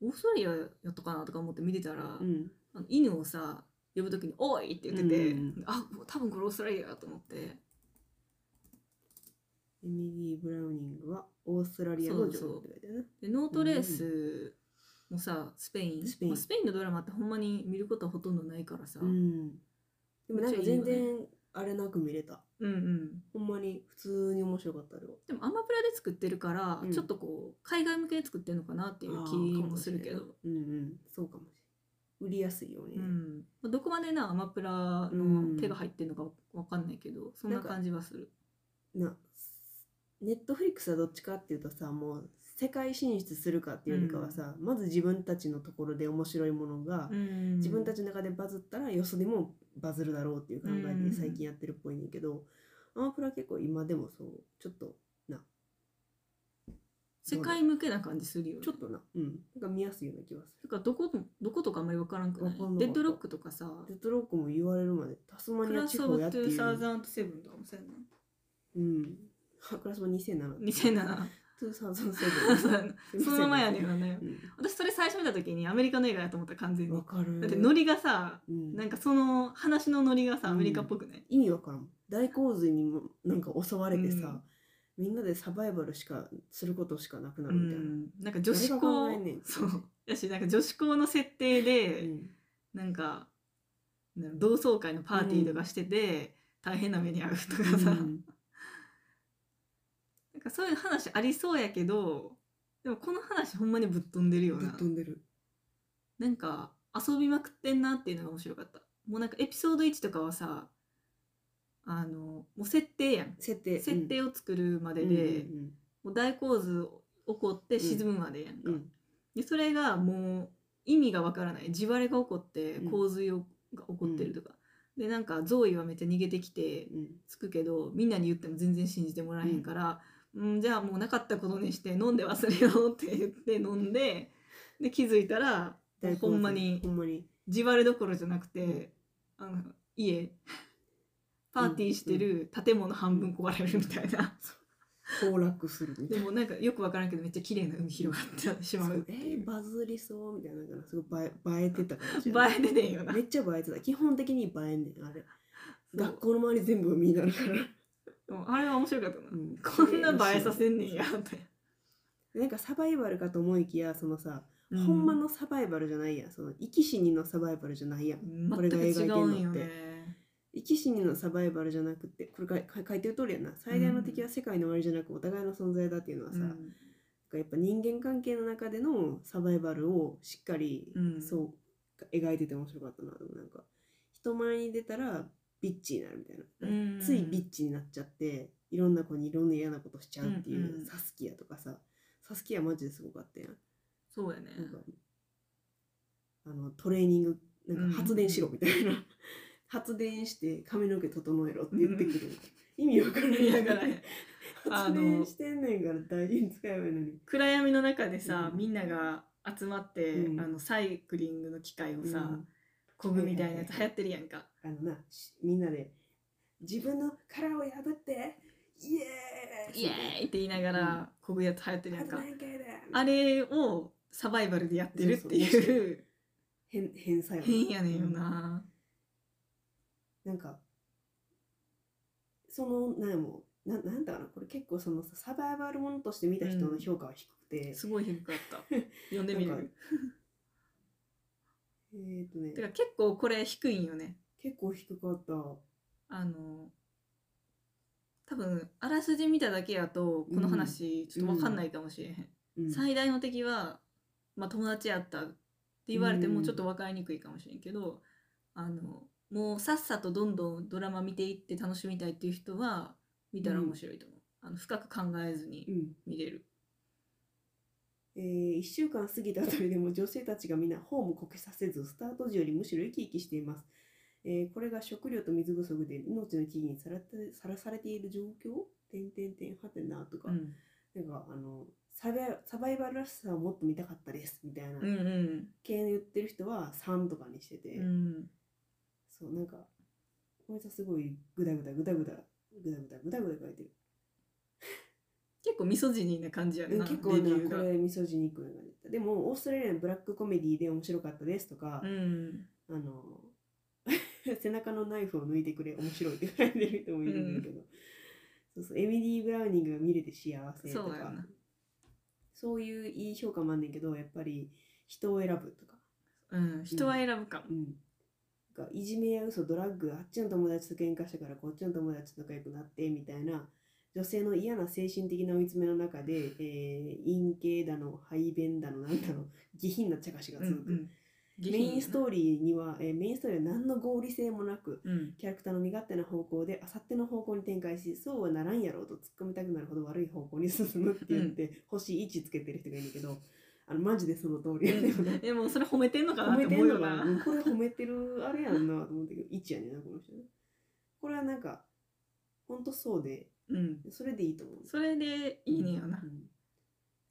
[SPEAKER 2] オーストラリアやったかなとか思って見てたら、
[SPEAKER 1] うん、
[SPEAKER 2] あの犬をさ呼ぶ時に「おい!」って言ってて、
[SPEAKER 1] うんうん
[SPEAKER 2] あ多分これオーストラリアだと思って
[SPEAKER 1] エミリー・ブラウニングはオーストラリアの女王って書いてあるな
[SPEAKER 2] でノートレースもさスペイン
[SPEAKER 1] スペイン
[SPEAKER 2] まあスペインのドラマってほんまに見ることはほとんどないからさ、
[SPEAKER 1] うんでもなんか全
[SPEAKER 2] めっちゃいい
[SPEAKER 1] 然あれなく見れた
[SPEAKER 2] うんうん
[SPEAKER 1] ほんまに普通に面白かったよ
[SPEAKER 2] でもアマプラで作ってるから、
[SPEAKER 1] うん
[SPEAKER 2] ちょっとこう海外向けで作ってるのかなっていう気もするけど、
[SPEAKER 1] うんうんそうかもしれん売りやすいように
[SPEAKER 2] う
[SPEAKER 1] ね、
[SPEAKER 2] んまあどこまでなアマプラの手が入ってるのかわかんないけど、そんな感じはする。
[SPEAKER 1] なネットフリックスはどっちかっていうとさもう世界進出するかっていうよりかはさ、まず自分たちのところで面白いものが、
[SPEAKER 2] うん
[SPEAKER 1] 自分たちの中でバズったらよそでもバズるだろうっていう考え
[SPEAKER 2] う
[SPEAKER 1] で
[SPEAKER 2] ん
[SPEAKER 1] 最近やってるっぽいねんけど、アマプラ結構今でもそうちょっと
[SPEAKER 2] 世界向けな感じするよね。
[SPEAKER 1] ちょっとなうんなんか見やすいような気がする
[SPEAKER 2] だからどこどことかあんまりわからんくない
[SPEAKER 1] わかんなかった
[SPEAKER 2] デッドロックとかさ
[SPEAKER 1] デッドロックも言われるまでタスマ
[SPEAKER 2] ク
[SPEAKER 1] ニア
[SPEAKER 2] ラ
[SPEAKER 1] 地
[SPEAKER 2] スオブ
[SPEAKER 1] 方やってい
[SPEAKER 2] 2007
[SPEAKER 1] う
[SPEAKER 2] とかもそうやな
[SPEAKER 1] うんあクラスも2007
[SPEAKER 2] 2007
[SPEAKER 1] 2007
[SPEAKER 2] そうやなそのままやねんよね
[SPEAKER 1] うん
[SPEAKER 2] 私それ最初見た時にアメリカの映画やと思った完全に
[SPEAKER 1] わかる
[SPEAKER 2] だってノリがさ
[SPEAKER 1] うん
[SPEAKER 2] なんかその話のノリがさアメリカっぽくない、
[SPEAKER 1] 意味わからん大洪水にもなんか襲われてさ、みんなでサバイバルしかすることしかなくな
[SPEAKER 2] う
[SPEAKER 1] るみたいな。
[SPEAKER 2] ん、なんか女子
[SPEAKER 1] 誰が
[SPEAKER 2] 校
[SPEAKER 1] 考えんねん
[SPEAKER 2] そうやしなんか女子校の設定で、
[SPEAKER 1] うん
[SPEAKER 2] なんかなん同窓会のパーティーとかしてて、大変な目に遭うとかさ、
[SPEAKER 1] うん
[SPEAKER 2] なんかそういう話ありそうやけどでもこの話ほんま にぶっ飛んでるよ
[SPEAKER 1] ぶっ
[SPEAKER 2] な
[SPEAKER 1] 飛んでる。
[SPEAKER 2] なんか遊びまくってんなっていうのが面白かったもうなんかエピソード1とかはさあのもう設定やん
[SPEAKER 1] 設定。
[SPEAKER 2] 設定を作るまでで、
[SPEAKER 1] うん
[SPEAKER 2] もう大洪水起こって沈むまでやんか、
[SPEAKER 1] うんうん
[SPEAKER 2] でそれがもう意味がわからない地割れが起こって
[SPEAKER 1] うん
[SPEAKER 2] 洪水をが起こってるとか、でなんかゾーイはめっちゃ逃げてきて
[SPEAKER 1] うん
[SPEAKER 2] つくけどみんなに言っても全然信じてもらえへんから、うん、じゃあもうなかったことにして飲んで忘れようって言って飲んでで気づいたらもう
[SPEAKER 1] 大洪
[SPEAKER 2] ほ
[SPEAKER 1] 水
[SPEAKER 2] んまに
[SPEAKER 1] ほんまに。
[SPEAKER 2] 地割れどころじゃなくてあの家パーティーしてる建物半分壊れるみたいな、
[SPEAKER 1] 崩落するみた
[SPEAKER 2] で
[SPEAKER 1] いな。
[SPEAKER 2] もなんかよくわからんけどめっちゃ綺麗な海広がってしまう
[SPEAKER 1] そ
[SPEAKER 2] っ
[SPEAKER 1] う
[SPEAKER 2] て
[SPEAKER 1] え
[SPEAKER 2] いう
[SPEAKER 1] ー、バズりそうみたいななんかすごい映え映えてた感じ
[SPEAKER 2] 映
[SPEAKER 1] やな
[SPEAKER 2] えてねえよな
[SPEAKER 1] めっちゃ映えてた基本的に映えんねんあれ
[SPEAKER 2] そう
[SPEAKER 1] 学校の周り全部海になるから、
[SPEAKER 2] うんあれは面白かったな、
[SPEAKER 1] うん
[SPEAKER 2] こんな映えさせんねんやって、
[SPEAKER 1] なんかサバイバルかと思いきやそのさ、ほんまのサバイバルじゃないやんその生き死にのサバイバルじゃないやんこれ
[SPEAKER 2] 全
[SPEAKER 1] が描
[SPEAKER 2] く
[SPEAKER 1] いて
[SPEAKER 2] 違
[SPEAKER 1] ん
[SPEAKER 2] うん
[SPEAKER 1] の
[SPEAKER 2] よ
[SPEAKER 1] って
[SPEAKER 2] ね
[SPEAKER 1] 生き死にのサバイバルじゃなくてこれかか書いてる通りやな最大の敵は世界の終わりじゃなくお互いの存在だっていうのはさ、なん
[SPEAKER 2] うん
[SPEAKER 1] かやっぱ人間関係の中でのサバイバルをしっかり、
[SPEAKER 2] うん
[SPEAKER 1] そう描いてて面白かったなでもなんか人前に出たらビッチになるみたいな、
[SPEAKER 2] うん
[SPEAKER 1] ついビッチになっちゃっていろんな子にいろんな嫌なことしちゃうっていう、
[SPEAKER 2] うんうん
[SPEAKER 1] サスキアとかさサスキアマジですごかったやん
[SPEAKER 2] そうやね
[SPEAKER 1] なんかあのトレーニングなんか発電しろみたいな、 発電して髪の毛整えろって言ってくる、意味わからん
[SPEAKER 2] いや
[SPEAKER 1] や
[SPEAKER 2] だ
[SPEAKER 1] から
[SPEAKER 2] か
[SPEAKER 1] ら
[SPEAKER 2] ね あ
[SPEAKER 1] 発
[SPEAKER 2] の
[SPEAKER 1] 電してんねんから大事に使えばいいのに
[SPEAKER 2] 暗闇の中でさ、
[SPEAKER 1] うん
[SPEAKER 2] みんなが集まって、
[SPEAKER 1] うん
[SPEAKER 2] あのサイクリングの機械をさ、
[SPEAKER 1] うん
[SPEAKER 2] こぐみたいなや
[SPEAKER 1] は
[SPEAKER 2] つ
[SPEAKER 1] い
[SPEAKER 2] 流
[SPEAKER 1] はいはい
[SPEAKER 2] 行ってるやんか、
[SPEAKER 1] あのなしみんなで自分の殻を破ってイエーイ
[SPEAKER 2] イエーイって言いなが
[SPEAKER 1] う
[SPEAKER 2] らこぐやつ流行ってるや
[SPEAKER 1] あ
[SPEAKER 2] ん
[SPEAKER 1] と
[SPEAKER 2] か、
[SPEAKER 1] 何回だ
[SPEAKER 2] あれをサバイバルでやってるって
[SPEAKER 1] そうそう
[SPEAKER 2] いう
[SPEAKER 1] 変変さよ
[SPEAKER 2] 変やねんよな、
[SPEAKER 1] なんかそのなんやもうななんだかなこれ結結構そのさサバイバルものとして見た人の評価は低くて、
[SPEAKER 2] すごい低 かった。読んでみ
[SPEAKER 1] なんか
[SPEAKER 2] る。
[SPEAKER 1] えー、っとね
[SPEAKER 2] てか結構これ低いんよね。
[SPEAKER 1] 結構低かった
[SPEAKER 2] あの多分あらすじ見ただけやとこの話ちょっと分かんないかもしれへん。
[SPEAKER 1] うん
[SPEAKER 2] 最大の敵は、まあ、友達やったって言われて
[SPEAKER 1] う
[SPEAKER 2] も
[SPEAKER 1] ん
[SPEAKER 2] ちょっと分かりにくいかもしれんけど、あのもうさっさとどんどんドラマ見ていって楽しみたいっていう人は見たら面白いと思う。あの深く考えず
[SPEAKER 1] う
[SPEAKER 2] に
[SPEAKER 1] ん
[SPEAKER 2] 見れる。
[SPEAKER 1] えー、1週間過ぎたあたりでも女性たちが皆ホームこけさせずスタート時よりむしろ生き生きしています、えーこれが食料と水不足で命の危機にさらってさらされている状況点点点はてなとか、
[SPEAKER 2] うん、
[SPEAKER 1] なんかあのサバイサバイバルらしさをもっと見たかったですみたいな
[SPEAKER 2] うん
[SPEAKER 1] 系の言ってる人は3とかにしてて、
[SPEAKER 2] うんうん
[SPEAKER 1] そうなんかこいつはすごいグダグダグダグダグダグダグダグダ書いてる
[SPEAKER 2] 結構ミソジニーな感じや
[SPEAKER 1] うん
[SPEAKER 2] な
[SPEAKER 1] 結構
[SPEAKER 2] レビュ
[SPEAKER 1] ね
[SPEAKER 2] ー
[SPEAKER 1] こ
[SPEAKER 2] が
[SPEAKER 1] れミソジニックな感じだったでもオーストラリアのブラックコメディで面白かったですとか
[SPEAKER 2] う、ん
[SPEAKER 1] あの 背中のナイフを抜いてくれ面白いって書いてる人もいるんだけど、そうそうエミリー・ブラウニングが見れて幸せと
[SPEAKER 2] そうや
[SPEAKER 1] か
[SPEAKER 2] な
[SPEAKER 1] そういういい評価もあんねんけどやっぱり人を選ぶとか
[SPEAKER 2] うん、人は選ぶかも。
[SPEAKER 1] うん、なんかいじめや嘘ドラッグあっちの友達と喧嘩したからこっちの友達と仲良くなってみたいな女性の嫌な精神的な追い詰めの中で、えー陰茎だの排便だのなんだの下品な茶菓子が
[SPEAKER 2] うんう
[SPEAKER 1] 続く、
[SPEAKER 2] ん、
[SPEAKER 1] メインスト
[SPEAKER 2] ー
[SPEAKER 1] ーリーには、えーメインストーリーは何の合理性もなく
[SPEAKER 2] リー。 うん、
[SPEAKER 1] キャラクターの身勝手な方向であさっての方向に展開しそうはならんやろうと突っ込みたくなるほど悪い方向に進むって言って、星1つけてる人がいるんだけどあのマジでその通り やねんな
[SPEAKER 2] でもそれ褒めてんのか
[SPEAKER 1] 褒
[SPEAKER 2] なっ
[SPEAKER 1] め
[SPEAKER 2] て
[SPEAKER 1] て
[SPEAKER 2] 思
[SPEAKER 1] んの
[SPEAKER 2] うよ
[SPEAKER 1] かな
[SPEAKER 2] な。
[SPEAKER 1] うんこれ褒めてるあれやんなと思ったけど1やねんなこの人ねこれはなんかほんとそうで
[SPEAKER 2] うん、
[SPEAKER 1] それでいいと思う
[SPEAKER 2] それでいいねよな
[SPEAKER 1] う。ん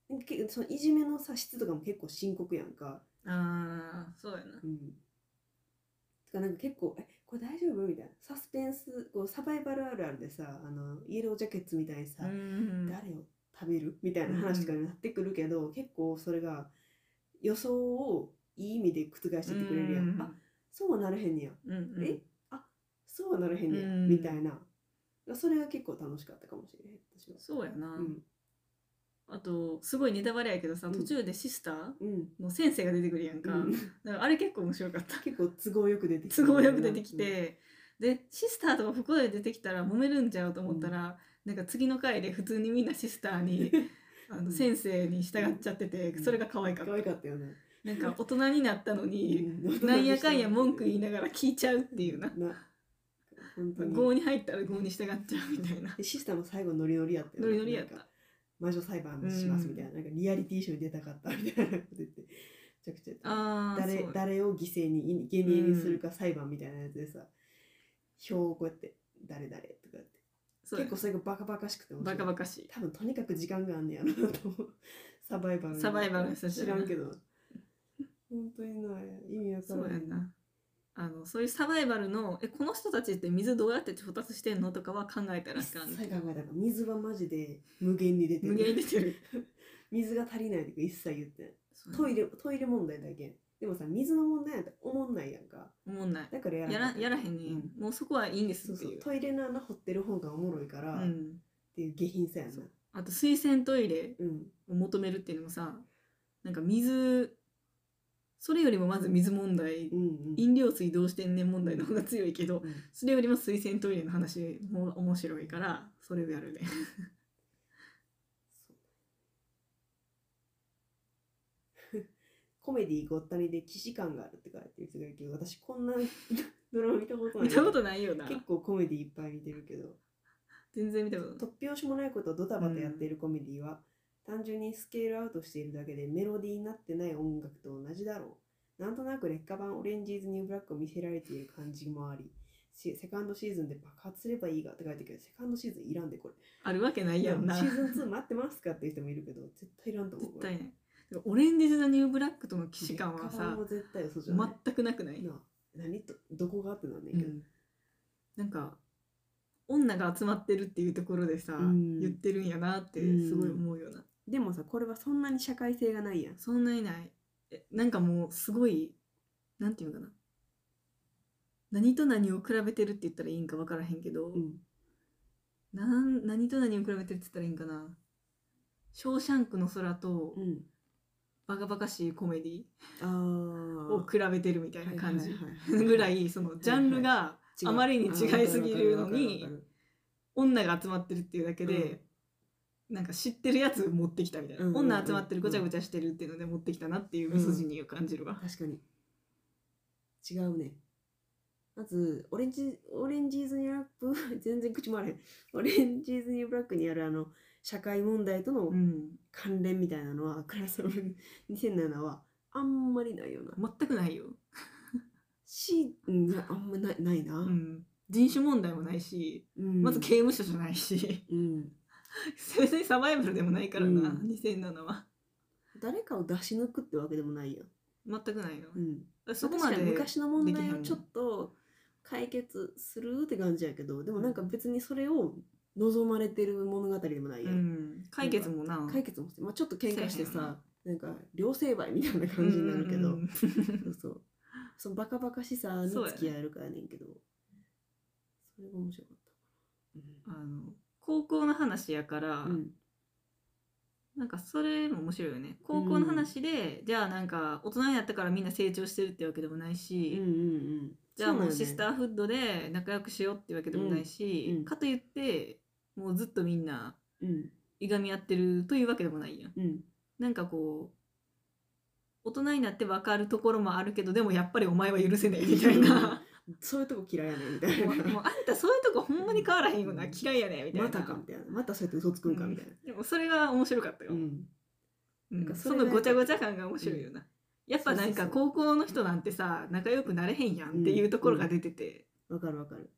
[SPEAKER 1] でもけそのいじめのさ質とかも結構深刻やんか
[SPEAKER 2] ああ、そうやな。
[SPEAKER 1] うんてかなんか結構「えこれ大丈夫?」みたいなサスペンスこうサバイバルあるあるでさあのイエロージャケットみたいにさ、
[SPEAKER 2] うん、
[SPEAKER 1] 誰を食べるみたいな話とかになってくるけど、結構それが予想をいい意味で覆してってくれるやん、
[SPEAKER 2] うん
[SPEAKER 1] あそうはならへんねや
[SPEAKER 2] うんうん、
[SPEAKER 1] えそうはならへんねや、
[SPEAKER 2] うん
[SPEAKER 1] みたいならそれが結構楽しかったかもしれへん私は
[SPEAKER 2] そうやな、
[SPEAKER 1] うん
[SPEAKER 2] あとすごいネタバレやけどさ
[SPEAKER 1] うん
[SPEAKER 2] 途中でシスター
[SPEAKER 1] うん
[SPEAKER 2] の先生が出てくるやんか,、
[SPEAKER 1] うん
[SPEAKER 2] だからあれ結構面白 かった
[SPEAKER 1] 結構都合よく出てき
[SPEAKER 2] 都合よく出てきて、でシスターとか袋で出てきたら揉めるんちゃうと思ったら、なんか次の回で普通にみんなシスタ ーにあの先生に従っちゃってて、
[SPEAKER 1] うん
[SPEAKER 2] それが可愛かった
[SPEAKER 1] 可愛かったよね
[SPEAKER 2] なんか大人になったのに、
[SPEAKER 1] う
[SPEAKER 2] なんやかんや文句言いながら聞いちゃうっていうな
[SPEAKER 1] な本当に
[SPEAKER 2] 郷に入ったら郷に従っちゃうみたいな
[SPEAKER 1] でシスターも最後ノリノリやったよ
[SPEAKER 2] ノ
[SPEAKER 1] ね
[SPEAKER 2] リノリやっ
[SPEAKER 1] なん
[SPEAKER 2] た
[SPEAKER 1] か魔女裁判しますみたいな,、なんかリアリティショーに出たかったみたいなこと言ってめちゃくちゃ
[SPEAKER 2] あー
[SPEAKER 1] 誰
[SPEAKER 2] そう
[SPEAKER 1] 誰を犠牲に生贄にするか裁判みたいなやつでさ、表をこうやって誰誰とかって
[SPEAKER 2] そう
[SPEAKER 1] 結構それがバカバカしくて面白
[SPEAKER 2] バ
[SPEAKER 1] い
[SPEAKER 2] カバカしい
[SPEAKER 1] 多分とにかく時間があんねやろなと思 うサバイバル
[SPEAKER 2] サバイバルの人たち
[SPEAKER 1] 知
[SPEAKER 2] だな
[SPEAKER 1] らんけど本当にない意味わか
[SPEAKER 2] そ
[SPEAKER 1] ら
[SPEAKER 2] う
[SPEAKER 1] ない
[SPEAKER 2] やんなあのそういうサバイバルのえこの人たちって水どうやって調達してんのとかは考えたらあ
[SPEAKER 1] 一切
[SPEAKER 2] か
[SPEAKER 1] 考
[SPEAKER 2] ん
[SPEAKER 1] えたらあかん水はマジで無限に出てる
[SPEAKER 2] 無限に出てる
[SPEAKER 1] 水が足りないとか一切言ってない
[SPEAKER 2] そう
[SPEAKER 1] トイレトイレ問題だけでもさ水の問題なんて思んないやんか
[SPEAKER 2] おもんない
[SPEAKER 1] だからや
[SPEAKER 2] や
[SPEAKER 1] から
[SPEAKER 2] やらへんねん、もうそこはいいんです
[SPEAKER 1] そう
[SPEAKER 2] って
[SPEAKER 1] そ
[SPEAKER 2] いうう
[SPEAKER 1] トイレの穴掘ってる方がおもろいから、
[SPEAKER 2] う
[SPEAKER 1] っ
[SPEAKER 2] ん、
[SPEAKER 1] ていう下品さやな
[SPEAKER 2] そうあと水洗トイレ
[SPEAKER 1] うん
[SPEAKER 2] を求めるっていうのもさなんか水それよりもまず水問題、
[SPEAKER 1] うんうん
[SPEAKER 2] 飲料水どうしてんねん問題の方が強いけど、
[SPEAKER 1] うん
[SPEAKER 2] それよりも水洗トイレの話の方が面白いからそれをやるね
[SPEAKER 1] そうコメディごったりで既視感があるって書いてる人がいるけど私こんな ドラマ見たことない
[SPEAKER 2] 見たことないよな
[SPEAKER 1] 結構コメディいっぱい見てるけど
[SPEAKER 2] 全然見たことない
[SPEAKER 1] 突拍子もないことをドタバタやっているコメディは、単純にスケールアウトしているだけでメロディーになってない音楽と同じだろうなんとなく劣化版オレンジーズニューブラックを見せられている感じもありしセカンドシーズンで爆発すればいいがって書いてるけどセカンドシーズンいらんでこれ
[SPEAKER 2] あるわけないやんな
[SPEAKER 1] シーズン2待ってますかっていう人もいるけど絶対いらんと思う
[SPEAKER 2] 絶対ねでもオレンジ・ザ・ニュー・ブラックとの既視感は
[SPEAKER 1] 劣化版
[SPEAKER 2] さ
[SPEAKER 1] も絶対嘘じゃない、
[SPEAKER 2] 全くなくない、
[SPEAKER 1] な何とどこがってなんね
[SPEAKER 2] うん
[SPEAKER 1] けど、
[SPEAKER 2] んなんか女が集まってるっていうところでさ、
[SPEAKER 1] うん
[SPEAKER 2] 言ってるんやなって
[SPEAKER 1] うん
[SPEAKER 2] すごい思うよな、
[SPEAKER 1] でもさこれはそんなに社会性がないやん
[SPEAKER 2] そんないないえなんかもうすごいなんていうのかな何と何を比べてるって言ったらいいんか分からへんけど、
[SPEAKER 1] うん
[SPEAKER 2] なん何と何を比べてるって言ったらいいんかな「ショーシャンクの空」と
[SPEAKER 1] うん
[SPEAKER 2] バカバカしいコメディ
[SPEAKER 1] あー
[SPEAKER 2] を比べてるみたいな感じ、
[SPEAKER 1] はいはいはいはい
[SPEAKER 2] ぐらいそのジャンルが、
[SPEAKER 1] 違う
[SPEAKER 2] あまりに違いすぎるのに
[SPEAKER 1] あーわかるわかるわかるわか
[SPEAKER 2] 女が集まってるっていうだけで、なんか知ってるやつ持ってきたみたいな、
[SPEAKER 1] うんうんうん
[SPEAKER 2] 女集まってるごちゃごちゃしてるっていうので持ってきたなっていう筋に感じるわ
[SPEAKER 1] る、確かに違うねまずオレンジオレンジーズニューブラック 全然口もあれへんオレンジーズニューブラックにあるあの社会問題との
[SPEAKER 2] うん
[SPEAKER 1] 関連みたいなのは、クラスの2007はあんまりないよな
[SPEAKER 2] 全くないよ、
[SPEAKER 1] し、うん、いやあんまないないな、
[SPEAKER 2] うん人種問題もないし、
[SPEAKER 1] うん
[SPEAKER 2] まず刑務所じゃないし
[SPEAKER 1] うん、
[SPEAKER 2] 別にサバイバルでもないからな、
[SPEAKER 1] うん
[SPEAKER 2] 2007は
[SPEAKER 1] 誰かを出し抜くってわけでもないやん、
[SPEAKER 2] 全くないよ、
[SPEAKER 1] う
[SPEAKER 2] だか
[SPEAKER 1] ん、
[SPEAKER 2] らそこま
[SPEAKER 1] 確
[SPEAKER 2] で
[SPEAKER 1] かに昔の問題
[SPEAKER 2] できへ
[SPEAKER 1] を
[SPEAKER 2] ん
[SPEAKER 1] ちょっと解決するって感じやけどでもなんか別にそれを望まれてる物語でもないや、
[SPEAKER 2] うんん解決もな
[SPEAKER 1] 解決もして、まあ、ちょっと喧嘩して
[SPEAKER 2] せえへん
[SPEAKER 1] さなんか両成敗みたいな感じになるけど、
[SPEAKER 2] うん うん
[SPEAKER 1] そうそうそのバカバカしさに付き合えるからやねんけどそ,、れが面白かった
[SPEAKER 2] あの高校の話やから、
[SPEAKER 1] うん
[SPEAKER 2] なんかそれも面白いよね高校の話で、じゃあなんか大人になったからみんな成長してるってわけでもない
[SPEAKER 1] うん
[SPEAKER 2] し、
[SPEAKER 1] うんうん
[SPEAKER 2] じゃあもう
[SPEAKER 1] そ
[SPEAKER 2] シ
[SPEAKER 1] な
[SPEAKER 2] ス
[SPEAKER 1] ん
[SPEAKER 2] タ
[SPEAKER 1] だよ
[SPEAKER 2] ーフッドで仲良くしようってわけでもないし、
[SPEAKER 1] うんうん
[SPEAKER 2] かといってもうずっとみんな
[SPEAKER 1] ね
[SPEAKER 2] いがみ合ってるというわけでもないやん
[SPEAKER 1] うんうん
[SPEAKER 2] なんかこう大人になって分かるところもあるけどでもやっぱりお前は許せないみたいな
[SPEAKER 1] そういうとこ嫌いやねんみたい
[SPEAKER 2] もう
[SPEAKER 1] な
[SPEAKER 2] もうあんたそういうとこほんまに変わらへんよな
[SPEAKER 1] うん
[SPEAKER 2] 嫌いやねみたいな
[SPEAKER 1] またかみたいなまたそうやって嘘つくんかみたいな、
[SPEAKER 2] でもそれが面白かったよ、
[SPEAKER 1] うん
[SPEAKER 2] うん
[SPEAKER 1] なんかそ
[SPEAKER 2] そ
[SPEAKER 1] れ
[SPEAKER 2] の
[SPEAKER 1] が
[SPEAKER 2] ごちゃごちゃ感が面白いよな、やっぱなん
[SPEAKER 1] そ
[SPEAKER 2] か
[SPEAKER 1] うそうそ
[SPEAKER 2] 高校の人なんてさ仲良くなれへんやんっていうところが出てて、
[SPEAKER 1] わかるわかる。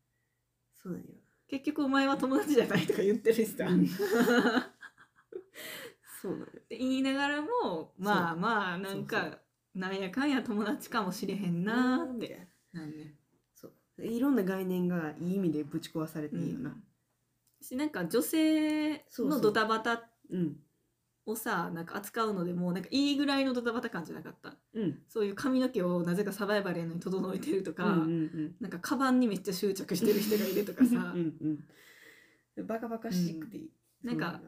[SPEAKER 1] そうなんよ。
[SPEAKER 2] 結局お前は友達じゃないとか言ってるしさ、
[SPEAKER 1] うん
[SPEAKER 2] っ
[SPEAKER 1] そうなんよ。
[SPEAKER 2] て言いながらもまあ
[SPEAKER 1] そう
[SPEAKER 2] まあなんか
[SPEAKER 1] そう
[SPEAKER 2] なんやかんや友達かもしれへんなーって。なんね
[SPEAKER 1] そう。いろんな概念がいい意味でぶち壊されていいよな。
[SPEAKER 2] しなんか女性
[SPEAKER 1] そうそ
[SPEAKER 2] の
[SPEAKER 1] う
[SPEAKER 2] ドタバタ
[SPEAKER 1] うん。
[SPEAKER 2] をさなんか扱うのでもなんかいいぐらいのドタバタ感じゃなかった
[SPEAKER 1] うん。
[SPEAKER 2] そういう髪の毛をなぜかサバイバルやのに整えてるとか、
[SPEAKER 1] うんうんうん。
[SPEAKER 2] なんかカバンにめっちゃ執着してる人がいるとかさ、
[SPEAKER 1] うんうん。でバカバカしくていい、
[SPEAKER 2] うん
[SPEAKER 1] そ
[SPEAKER 2] なんか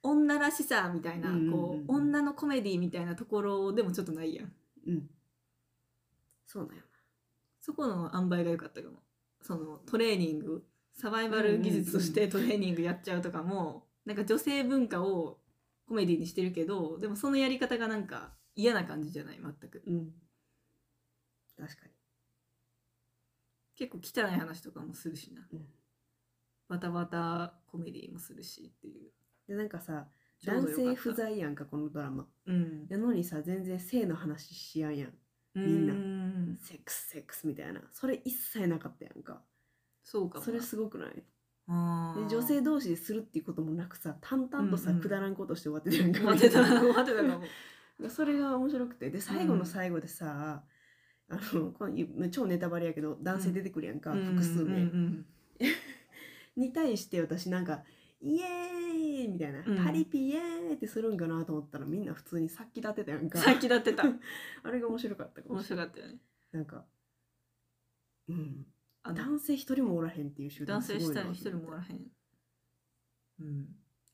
[SPEAKER 2] 女らしさみたいな、
[SPEAKER 1] うんうんうん
[SPEAKER 2] こう女のコメディみたいなところでもちょっとないやん
[SPEAKER 1] うんそうなんよ
[SPEAKER 2] そこの塩梅が良かったかもそのトレーニングサバイバル技術としてトレーニングやっちゃうとかも、なんか女性文化をコメディにしてるけどでもそのやり方がなんか嫌な感じじゃない全く
[SPEAKER 1] うん確か
[SPEAKER 2] 結構汚い話とかもするしな、
[SPEAKER 1] うん
[SPEAKER 2] バタバタコメディもするしっていう
[SPEAKER 1] にでなんかさ
[SPEAKER 2] ちょう
[SPEAKER 1] 男
[SPEAKER 2] どよかった
[SPEAKER 1] 性不在やんかこのドラマ
[SPEAKER 2] うん
[SPEAKER 1] やのにさ全然性の話しやんやん
[SPEAKER 2] み
[SPEAKER 1] んな
[SPEAKER 2] な
[SPEAKER 1] セックスセックスみたいなそれ一切なかったやんか
[SPEAKER 2] そうかもな
[SPEAKER 1] それすごくない
[SPEAKER 2] あ
[SPEAKER 1] で
[SPEAKER 2] ー
[SPEAKER 1] 女性同士でするっていうこともなくさ淡々とさ、
[SPEAKER 2] うんうん
[SPEAKER 1] くだらんことして終わってたやんか
[SPEAKER 2] 待っ てた待ってたかも
[SPEAKER 1] それが面白くてで最後の最後でさ、あのこの超ネタバレやけど男性出てくるやんか、複数
[SPEAKER 2] うん
[SPEAKER 1] 名、
[SPEAKER 2] うん
[SPEAKER 1] に対して私なんか「イエーイ!」みたいな「
[SPEAKER 2] うん
[SPEAKER 1] パリピイエーイ!」ってするんかなと思ったらみんな普通にさっき立てたやん
[SPEAKER 2] う
[SPEAKER 1] か
[SPEAKER 2] ん、先立ってた
[SPEAKER 1] あれが面白かったかも
[SPEAKER 2] 面
[SPEAKER 1] しれ
[SPEAKER 2] 白
[SPEAKER 1] ない
[SPEAKER 2] かったよね
[SPEAKER 1] なんかうん
[SPEAKER 2] あの
[SPEAKER 1] 男性一人もおらへんっていう集団
[SPEAKER 2] 男
[SPEAKER 1] すご
[SPEAKER 2] 性
[SPEAKER 1] いな
[SPEAKER 2] し
[SPEAKER 1] と
[SPEAKER 2] た
[SPEAKER 1] 思
[SPEAKER 2] ら
[SPEAKER 1] っ
[SPEAKER 2] 一
[SPEAKER 1] て
[SPEAKER 2] 人もおらへんうん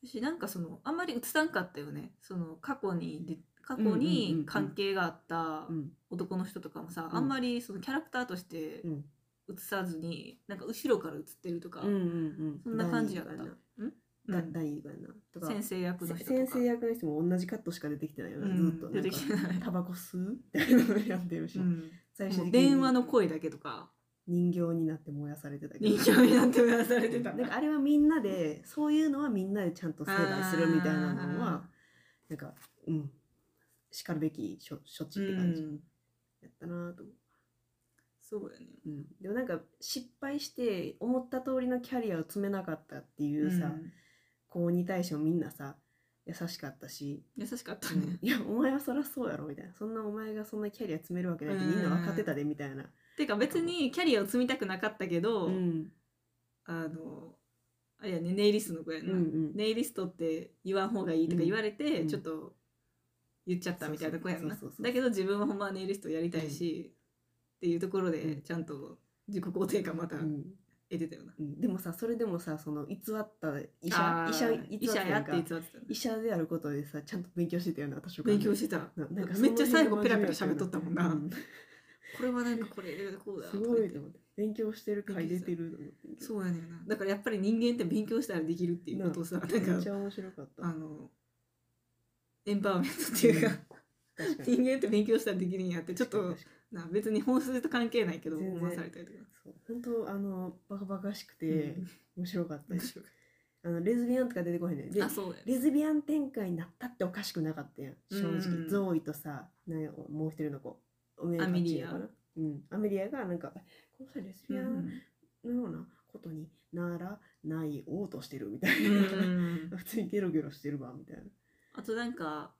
[SPEAKER 2] しなんかそのあんまり映さんかったよねその過去にで過去
[SPEAKER 1] うんうんうんう
[SPEAKER 2] に
[SPEAKER 1] ん
[SPEAKER 2] 関係があった
[SPEAKER 1] うん
[SPEAKER 2] 男の人とかもさ、
[SPEAKER 1] うん
[SPEAKER 2] あんまりそのキャラクターとして
[SPEAKER 1] うん
[SPEAKER 2] 映さずになんか後ろから映ってるとか、
[SPEAKER 1] うんうんうん
[SPEAKER 2] そんな感じやった
[SPEAKER 1] ダニーとか
[SPEAKER 2] う
[SPEAKER 1] やな、
[SPEAKER 2] ん
[SPEAKER 1] ダニーとかやなとか
[SPEAKER 2] 先生役の
[SPEAKER 1] せ
[SPEAKER 2] 人とか
[SPEAKER 1] 先生役の人も同じカットしか出てきてないよ
[SPEAKER 2] う
[SPEAKER 1] ね、
[SPEAKER 2] ん
[SPEAKER 1] ずっとな
[SPEAKER 2] 出
[SPEAKER 1] ん
[SPEAKER 2] て
[SPEAKER 1] か
[SPEAKER 2] きてない、
[SPEAKER 1] タバコ吸うみたいなのやってるし、
[SPEAKER 2] うん
[SPEAKER 1] 最終
[SPEAKER 2] もう
[SPEAKER 1] 的に
[SPEAKER 2] 電話の声だけとか
[SPEAKER 1] 人形になって燃やされてたけど
[SPEAKER 2] 人形になってやされてた
[SPEAKER 1] なんかあれはみんなでそういうのはみんなでちゃんと成敗するみたいなのはなんかうんしかるべき処処置っ
[SPEAKER 2] う
[SPEAKER 1] て感じ
[SPEAKER 2] ん
[SPEAKER 1] やったなと思
[SPEAKER 2] そうやね
[SPEAKER 1] う、うんでもなんか失敗して思った通りのキャリアを積めなかったっていうさ、
[SPEAKER 2] うん
[SPEAKER 1] 子に対してもみんなさ優しかったし、
[SPEAKER 2] 優しかったね
[SPEAKER 1] いやお前はそりゃそうやろみたいなそんなお前がそんなキャリア積めるわけないって
[SPEAKER 2] うん
[SPEAKER 1] みんな分かってたでみたいな、
[SPEAKER 2] てか別にキャリアを積みたくなかったけど、
[SPEAKER 1] うん、
[SPEAKER 2] あのあれやねネイリストの子や
[SPEAKER 1] うん
[SPEAKER 2] な、
[SPEAKER 1] うん
[SPEAKER 2] ネイリストって言わん方がいいとか言われて、
[SPEAKER 1] うん
[SPEAKER 2] ちょっと言っちゃったみたいな子やんな
[SPEAKER 1] そうそうそうそう
[SPEAKER 2] だけど自分はほんまはネイリストやりたいし、っていうところ
[SPEAKER 1] う
[SPEAKER 2] で
[SPEAKER 1] ん
[SPEAKER 2] ちゃんと自己肯定感また
[SPEAKER 1] うん
[SPEAKER 2] 得てたよな、
[SPEAKER 1] うんでもさそれでもさその偽った医者
[SPEAKER 2] あー
[SPEAKER 1] 医者
[SPEAKER 2] 医者やって
[SPEAKER 1] ん
[SPEAKER 2] 偽
[SPEAKER 1] か
[SPEAKER 2] ってた、ね、
[SPEAKER 1] 医者であることでさちゃんと勉強してたよな図書館
[SPEAKER 2] 勉強
[SPEAKER 1] し
[SPEAKER 2] してた
[SPEAKER 1] ななんかその
[SPEAKER 2] めっちゃ最後
[SPEAKER 1] 辺
[SPEAKER 2] ペラ
[SPEAKER 1] が
[SPEAKER 2] ペラ喋っとったもんな、
[SPEAKER 1] うん
[SPEAKER 2] これはなんかこれこうだ
[SPEAKER 1] す
[SPEAKER 2] とか
[SPEAKER 1] ご
[SPEAKER 2] 言っ
[SPEAKER 1] い
[SPEAKER 2] て
[SPEAKER 1] と思って勉強してる回出てると思って
[SPEAKER 2] そうやねんなだからやっぱり人間って勉強したらできるっていうことをさなん
[SPEAKER 1] めっ
[SPEAKER 2] か
[SPEAKER 1] ちゃ面白かった
[SPEAKER 2] あのエンパワーメントっていうか、
[SPEAKER 1] 確かに
[SPEAKER 2] 人間って勉強したらできるんやってちょっ
[SPEAKER 1] 確
[SPEAKER 2] と
[SPEAKER 1] かに
[SPEAKER 2] な別に本筋と関係ないけど
[SPEAKER 1] 全然
[SPEAKER 2] 思わされたりとか、
[SPEAKER 1] そう本当あのバカバカしくて、
[SPEAKER 2] うん
[SPEAKER 1] 面白かった
[SPEAKER 2] 面白い
[SPEAKER 1] あのレズビアンとか出てこへんねんで
[SPEAKER 2] あそうだよね
[SPEAKER 1] レズビアン展開になったっておかしくなかったやん正直、
[SPEAKER 2] うん
[SPEAKER 1] ゾーイとさなんやもう一人の子おめ
[SPEAKER 2] アメリア
[SPEAKER 1] やかなうん、アメリアがなんかこの人レズビアンのようなことにならないおうとしてるみたいな、
[SPEAKER 2] うん
[SPEAKER 1] 普通にゲロゲロしてるわみたいな
[SPEAKER 2] あとなんか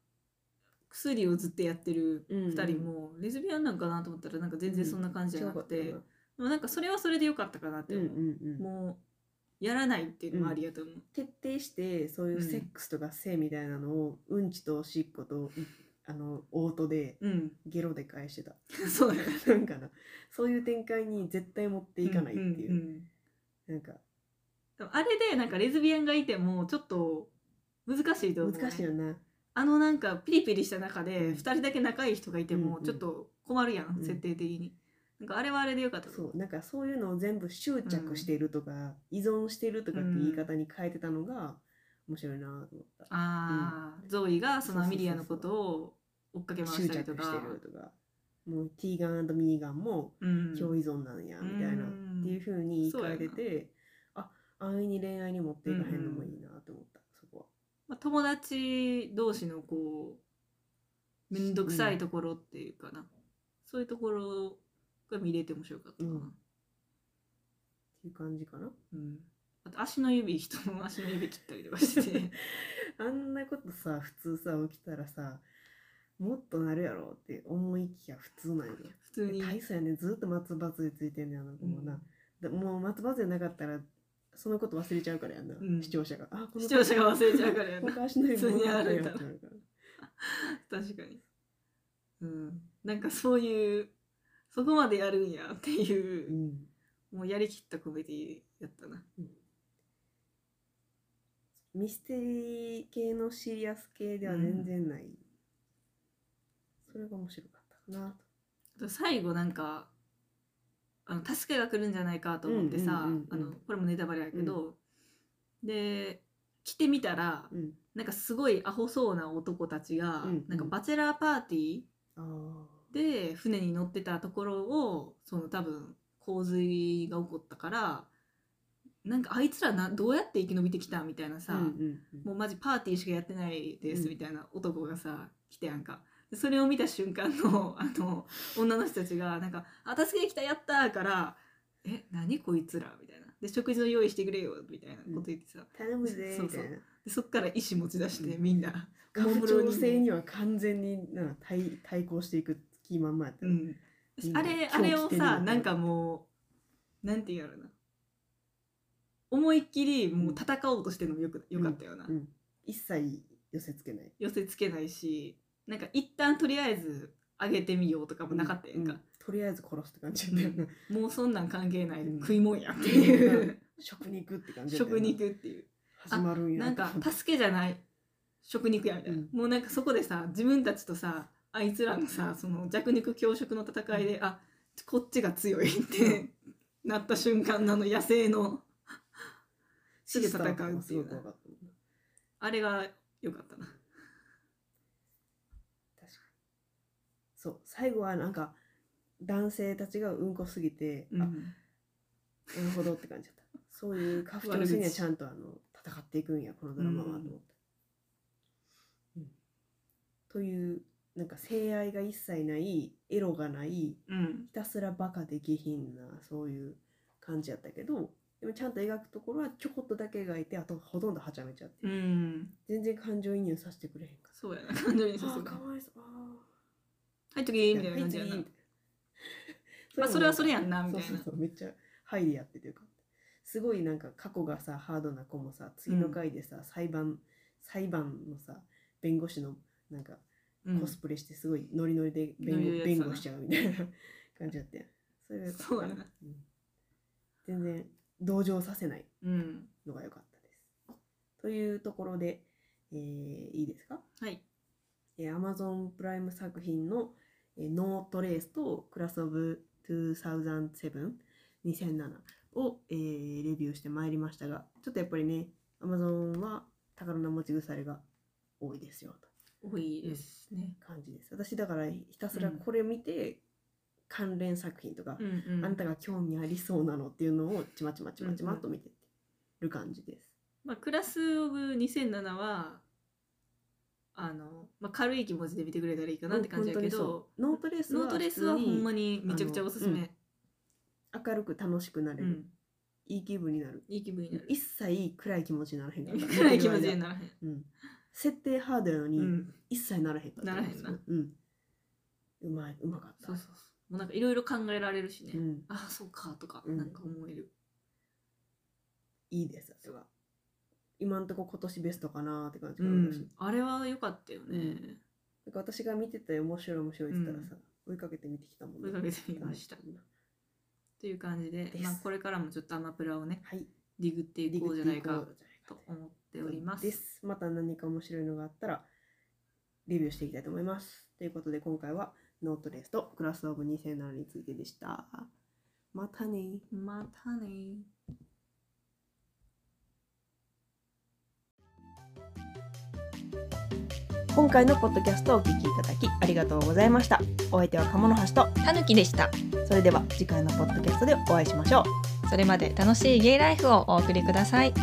[SPEAKER 2] 薬をずっとやってる
[SPEAKER 1] うんうん
[SPEAKER 2] 2人も、レズビアンなんかなと思ったらなんか全然そんな感じじゃなくて、
[SPEAKER 1] 違う
[SPEAKER 2] で
[SPEAKER 1] かっ
[SPEAKER 2] もなんかそれはそれでよかったかなったて
[SPEAKER 1] なう
[SPEAKER 2] 思
[SPEAKER 1] ん
[SPEAKER 2] う、
[SPEAKER 1] うんうん
[SPEAKER 2] もうやらないっていうのもありやと思う、
[SPEAKER 1] 徹底してそういうセックスとか性みたいなのをうんちとおしっ こといあのオートで
[SPEAKER 2] うん、
[SPEAKER 1] ゲロで返してた
[SPEAKER 2] そうだよね
[SPEAKER 1] なんかなそういう展開に絶対持っていかないっていう,、
[SPEAKER 2] んんん
[SPEAKER 1] なんか
[SPEAKER 2] でもあれでなんかレズビアンがいてもちょっと難しいと思うね、
[SPEAKER 1] 難しいよな
[SPEAKER 2] あのなんかピリピリした中で
[SPEAKER 1] うん
[SPEAKER 2] 2人だけ仲いい人がいて
[SPEAKER 1] うんう
[SPEAKER 2] も
[SPEAKER 1] ん
[SPEAKER 2] ちょっと困るやん、
[SPEAKER 1] うん
[SPEAKER 2] 設定的になんかあれはあれでよかったと
[SPEAKER 1] そ
[SPEAKER 2] 思う
[SPEAKER 1] うなんかそういうのを全部執着してるとか、依存してるとかって言い方に変えてたのが面白いなと思った、
[SPEAKER 2] ああ、ゾイがそのアミリアの
[SPEAKER 1] そうそう
[SPEAKER 2] こ
[SPEAKER 1] そう
[SPEAKER 2] とを追っかけ回
[SPEAKER 1] 執
[SPEAKER 2] した
[SPEAKER 1] 着
[SPEAKER 2] り
[SPEAKER 1] して
[SPEAKER 2] と
[SPEAKER 1] る
[SPEAKER 2] か
[SPEAKER 1] とかもうティーガンミーガンも
[SPEAKER 2] うん
[SPEAKER 1] 共依存なんや、みたいな、
[SPEAKER 2] うん
[SPEAKER 1] っていうふうに言い換えててあ安易に恋愛に持っていかへんのもいいなと思った、そこは。
[SPEAKER 2] まあ、友達同士のこうめんどくさいところっていうかな、そういうところが見れて面白かったな、
[SPEAKER 1] うんっていう感じかな
[SPEAKER 2] うんあと足の指人の足の指切ったりとかして
[SPEAKER 1] あんなことさ普通さ起きたらさもっとなるやろって思いきや普通なんよ
[SPEAKER 2] 普通に
[SPEAKER 1] 大差やねずっと松葉杖ついてんねんあの子もな、だもう松葉杖なかったらそのこと忘れちゃうからやんな、
[SPEAKER 2] うん
[SPEAKER 1] 視聴者があこの
[SPEAKER 2] 視聴者が忘れちゃうか らやな
[SPEAKER 1] 僕足の指もらったよってなるから
[SPEAKER 2] 確かに、うん、なんかそういうそこまでやるんやって
[SPEAKER 1] う
[SPEAKER 2] いう、
[SPEAKER 1] ん
[SPEAKER 2] もうやりきったコメディやったな
[SPEAKER 1] ミステリー系のシリアス系では全然ない、それが面白かったかなと
[SPEAKER 2] あと最後なんかあの助けが来るんじゃないかと思ってさ
[SPEAKER 1] うんうんうんうん
[SPEAKER 2] あのこれもネタバレやけど、で来てみたら
[SPEAKER 1] うん
[SPEAKER 2] なんかすごいアホそうな男たちが、
[SPEAKER 1] うんうん
[SPEAKER 2] なんかバチェラーパーティ
[SPEAKER 1] あ
[SPEAKER 2] ーで船に乗ってたところをその多分洪水が起こったからなんかあいつらなどうやって生き延びてきたみたいな
[SPEAKER 1] あ
[SPEAKER 2] さ、
[SPEAKER 1] うんうんうん
[SPEAKER 2] もうマジパーティーしかやってないで
[SPEAKER 1] う
[SPEAKER 2] す
[SPEAKER 1] ん
[SPEAKER 2] みたいな男がさ来てやんかでそれを見た瞬間の あの女の人たちがなんか「あ助けてきたやった!」から「え何こいつら」みたいなで食事の用意してくれよみたいなこと言ってさ
[SPEAKER 1] 頼むぜ
[SPEAKER 2] そう
[SPEAKER 1] み
[SPEAKER 2] そ
[SPEAKER 1] た
[SPEAKER 2] う
[SPEAKER 1] いな
[SPEAKER 2] でそっから意思持ち出して
[SPEAKER 1] うん
[SPEAKER 2] みんな
[SPEAKER 1] 家父長制には完全になんか対対抗していく気満々やった
[SPEAKER 2] う
[SPEAKER 1] ね、
[SPEAKER 2] ん
[SPEAKER 1] みんな
[SPEAKER 2] あれ
[SPEAKER 1] 狂
[SPEAKER 2] あ
[SPEAKER 1] 気
[SPEAKER 2] れを
[SPEAKER 1] 的な
[SPEAKER 2] さなんかもうなんて言うやろな思いっきりもう戦おうとしてるのもよくよかったよな、
[SPEAKER 1] うん一切寄せ付けない
[SPEAKER 2] 寄せつけないしなんか一旦とりあえず上げてみようとかもなかったやんか、
[SPEAKER 1] うとりあえず殺すって感じだったよな、
[SPEAKER 2] もうそんなん関係ない、
[SPEAKER 1] うん
[SPEAKER 2] 食いもんやっていう
[SPEAKER 1] 食肉って感じだったよ
[SPEAKER 2] 食
[SPEAKER 1] な
[SPEAKER 2] 肉っていう
[SPEAKER 1] 始まるんや
[SPEAKER 2] なんか助けじゃない食肉やみたいな、
[SPEAKER 1] うん
[SPEAKER 2] もうなんかそこでさ自分たちとさあいつらのさその弱肉強食の戦いで、あこっちが強いってなった瞬間のあの野生のすぐ戦うっていうな
[SPEAKER 1] すごい怖かったもんな
[SPEAKER 2] あれが良かったな
[SPEAKER 1] 確かにそう最後はなんか男性たちがうんこすぎて、
[SPEAKER 2] うん
[SPEAKER 1] あなるほどって感じだったそう いう家父長制にはちゃんとあの戦っていくんやこのドラマはと思った、うんというなんか性愛が一切ないエロがない
[SPEAKER 2] うん
[SPEAKER 1] ひたすらバカで下品なそういう感じやったけどでもちゃんと描くところはちょこっとだけ描いてあとほとんどはちゃめちゃって、
[SPEAKER 2] うん
[SPEAKER 1] 全然感情移入させてくれへんか
[SPEAKER 2] そうやな感情に
[SPEAKER 1] ら
[SPEAKER 2] さ
[SPEAKER 1] あ
[SPEAKER 2] せ
[SPEAKER 1] ー
[SPEAKER 2] て
[SPEAKER 1] かわいそうあ
[SPEAKER 2] はい次
[SPEAKER 1] ー
[SPEAKER 2] みたいな感じやな
[SPEAKER 1] はい次みたいな
[SPEAKER 2] まあそれはそれやんなみ
[SPEAKER 1] そ
[SPEAKER 2] た
[SPEAKER 1] うそ
[SPEAKER 2] い
[SPEAKER 1] う
[SPEAKER 2] な
[SPEAKER 1] そうめっちゃハイでやっててよかったすごいなんか過去がさハードな子もさ次の回でさ、裁判裁判のさ弁護士のなんか
[SPEAKER 2] うん
[SPEAKER 1] コスプレしてすごいノリノリで弁護,、
[SPEAKER 2] ノリノリ
[SPEAKER 1] 弁
[SPEAKER 2] やつだな
[SPEAKER 1] 護しちゃうみたいな感じだったよそれが良かった
[SPEAKER 2] そうやな
[SPEAKER 1] うん全然同情させない
[SPEAKER 2] うん
[SPEAKER 1] のが良かったですというところで、えーいいですか
[SPEAKER 2] はい
[SPEAKER 1] えー Amazon プライム作品の「えーノートレース」と「クラス・オブ・2007」2007を、えーレビューしてまいりましたがちょっとやっぱりね Amazon は宝の持ち腐れが多いですよと
[SPEAKER 2] 多いですね、
[SPEAKER 1] 感じです私だからひたすらこれ見て、関連作品とか、
[SPEAKER 2] うんうん
[SPEAKER 1] あんたが興味ありそうなのっていうのをちまちまちまちまっと見てってる感じです。
[SPEAKER 2] まあ、クラス・オブ2007はあの、まあ、軽い気持ちで見てくれたらいいかなって感じだけど
[SPEAKER 1] 本当にそうノートレースは
[SPEAKER 2] ノートレスはほ
[SPEAKER 1] 普通に
[SPEAKER 2] んまにめちゃくちゃおすすめ、
[SPEAKER 1] 明るく楽しくなれ
[SPEAKER 2] う
[SPEAKER 1] る、
[SPEAKER 2] ん、
[SPEAKER 1] いい気分になる
[SPEAKER 2] いい気分になる
[SPEAKER 1] 一切暗い気持ちにならへんかった
[SPEAKER 2] 暗い気持ちに
[SPEAKER 1] な
[SPEAKER 2] ならへ
[SPEAKER 1] うん、設定ハードやのに、
[SPEAKER 2] ん、うん、
[SPEAKER 1] 一切ならへんかった
[SPEAKER 2] ならへんな
[SPEAKER 1] うんうまいうまかった
[SPEAKER 2] そうそうそうもうなんかいろいろ考えられるしね、
[SPEAKER 1] うん、
[SPEAKER 2] ああそうかとか
[SPEAKER 1] うん
[SPEAKER 2] なんか思える、
[SPEAKER 1] いいですそれは今んとこ今年ベストかなって感じ
[SPEAKER 2] う
[SPEAKER 1] が
[SPEAKER 2] ん
[SPEAKER 1] 私、
[SPEAKER 2] あれは良かったよね、
[SPEAKER 1] なんか私が見てて面白い面白いって言ったらさ、追いかけて見てきたもん
[SPEAKER 2] 追いかけてみました、
[SPEAKER 1] はい
[SPEAKER 2] という感じで
[SPEAKER 1] です
[SPEAKER 2] まあ、これからもちょっとアマプラをね
[SPEAKER 1] はい
[SPEAKER 2] ディグっていこうじゃないかと思っております
[SPEAKER 1] ですまた何か面白いのがあったらレビューしていきたいと思いますということで今回はノートレースとクラスオブ2007についてでしたまたねー
[SPEAKER 2] またね
[SPEAKER 1] 今回のポッドキャストをお聞きいただきありがとうございましたお相手は鴨の橋と
[SPEAKER 3] たぬきでした。
[SPEAKER 1] それでは次回のポッドキャストでお会いしましょう
[SPEAKER 3] それまで楽しいゲイライフをお送りください。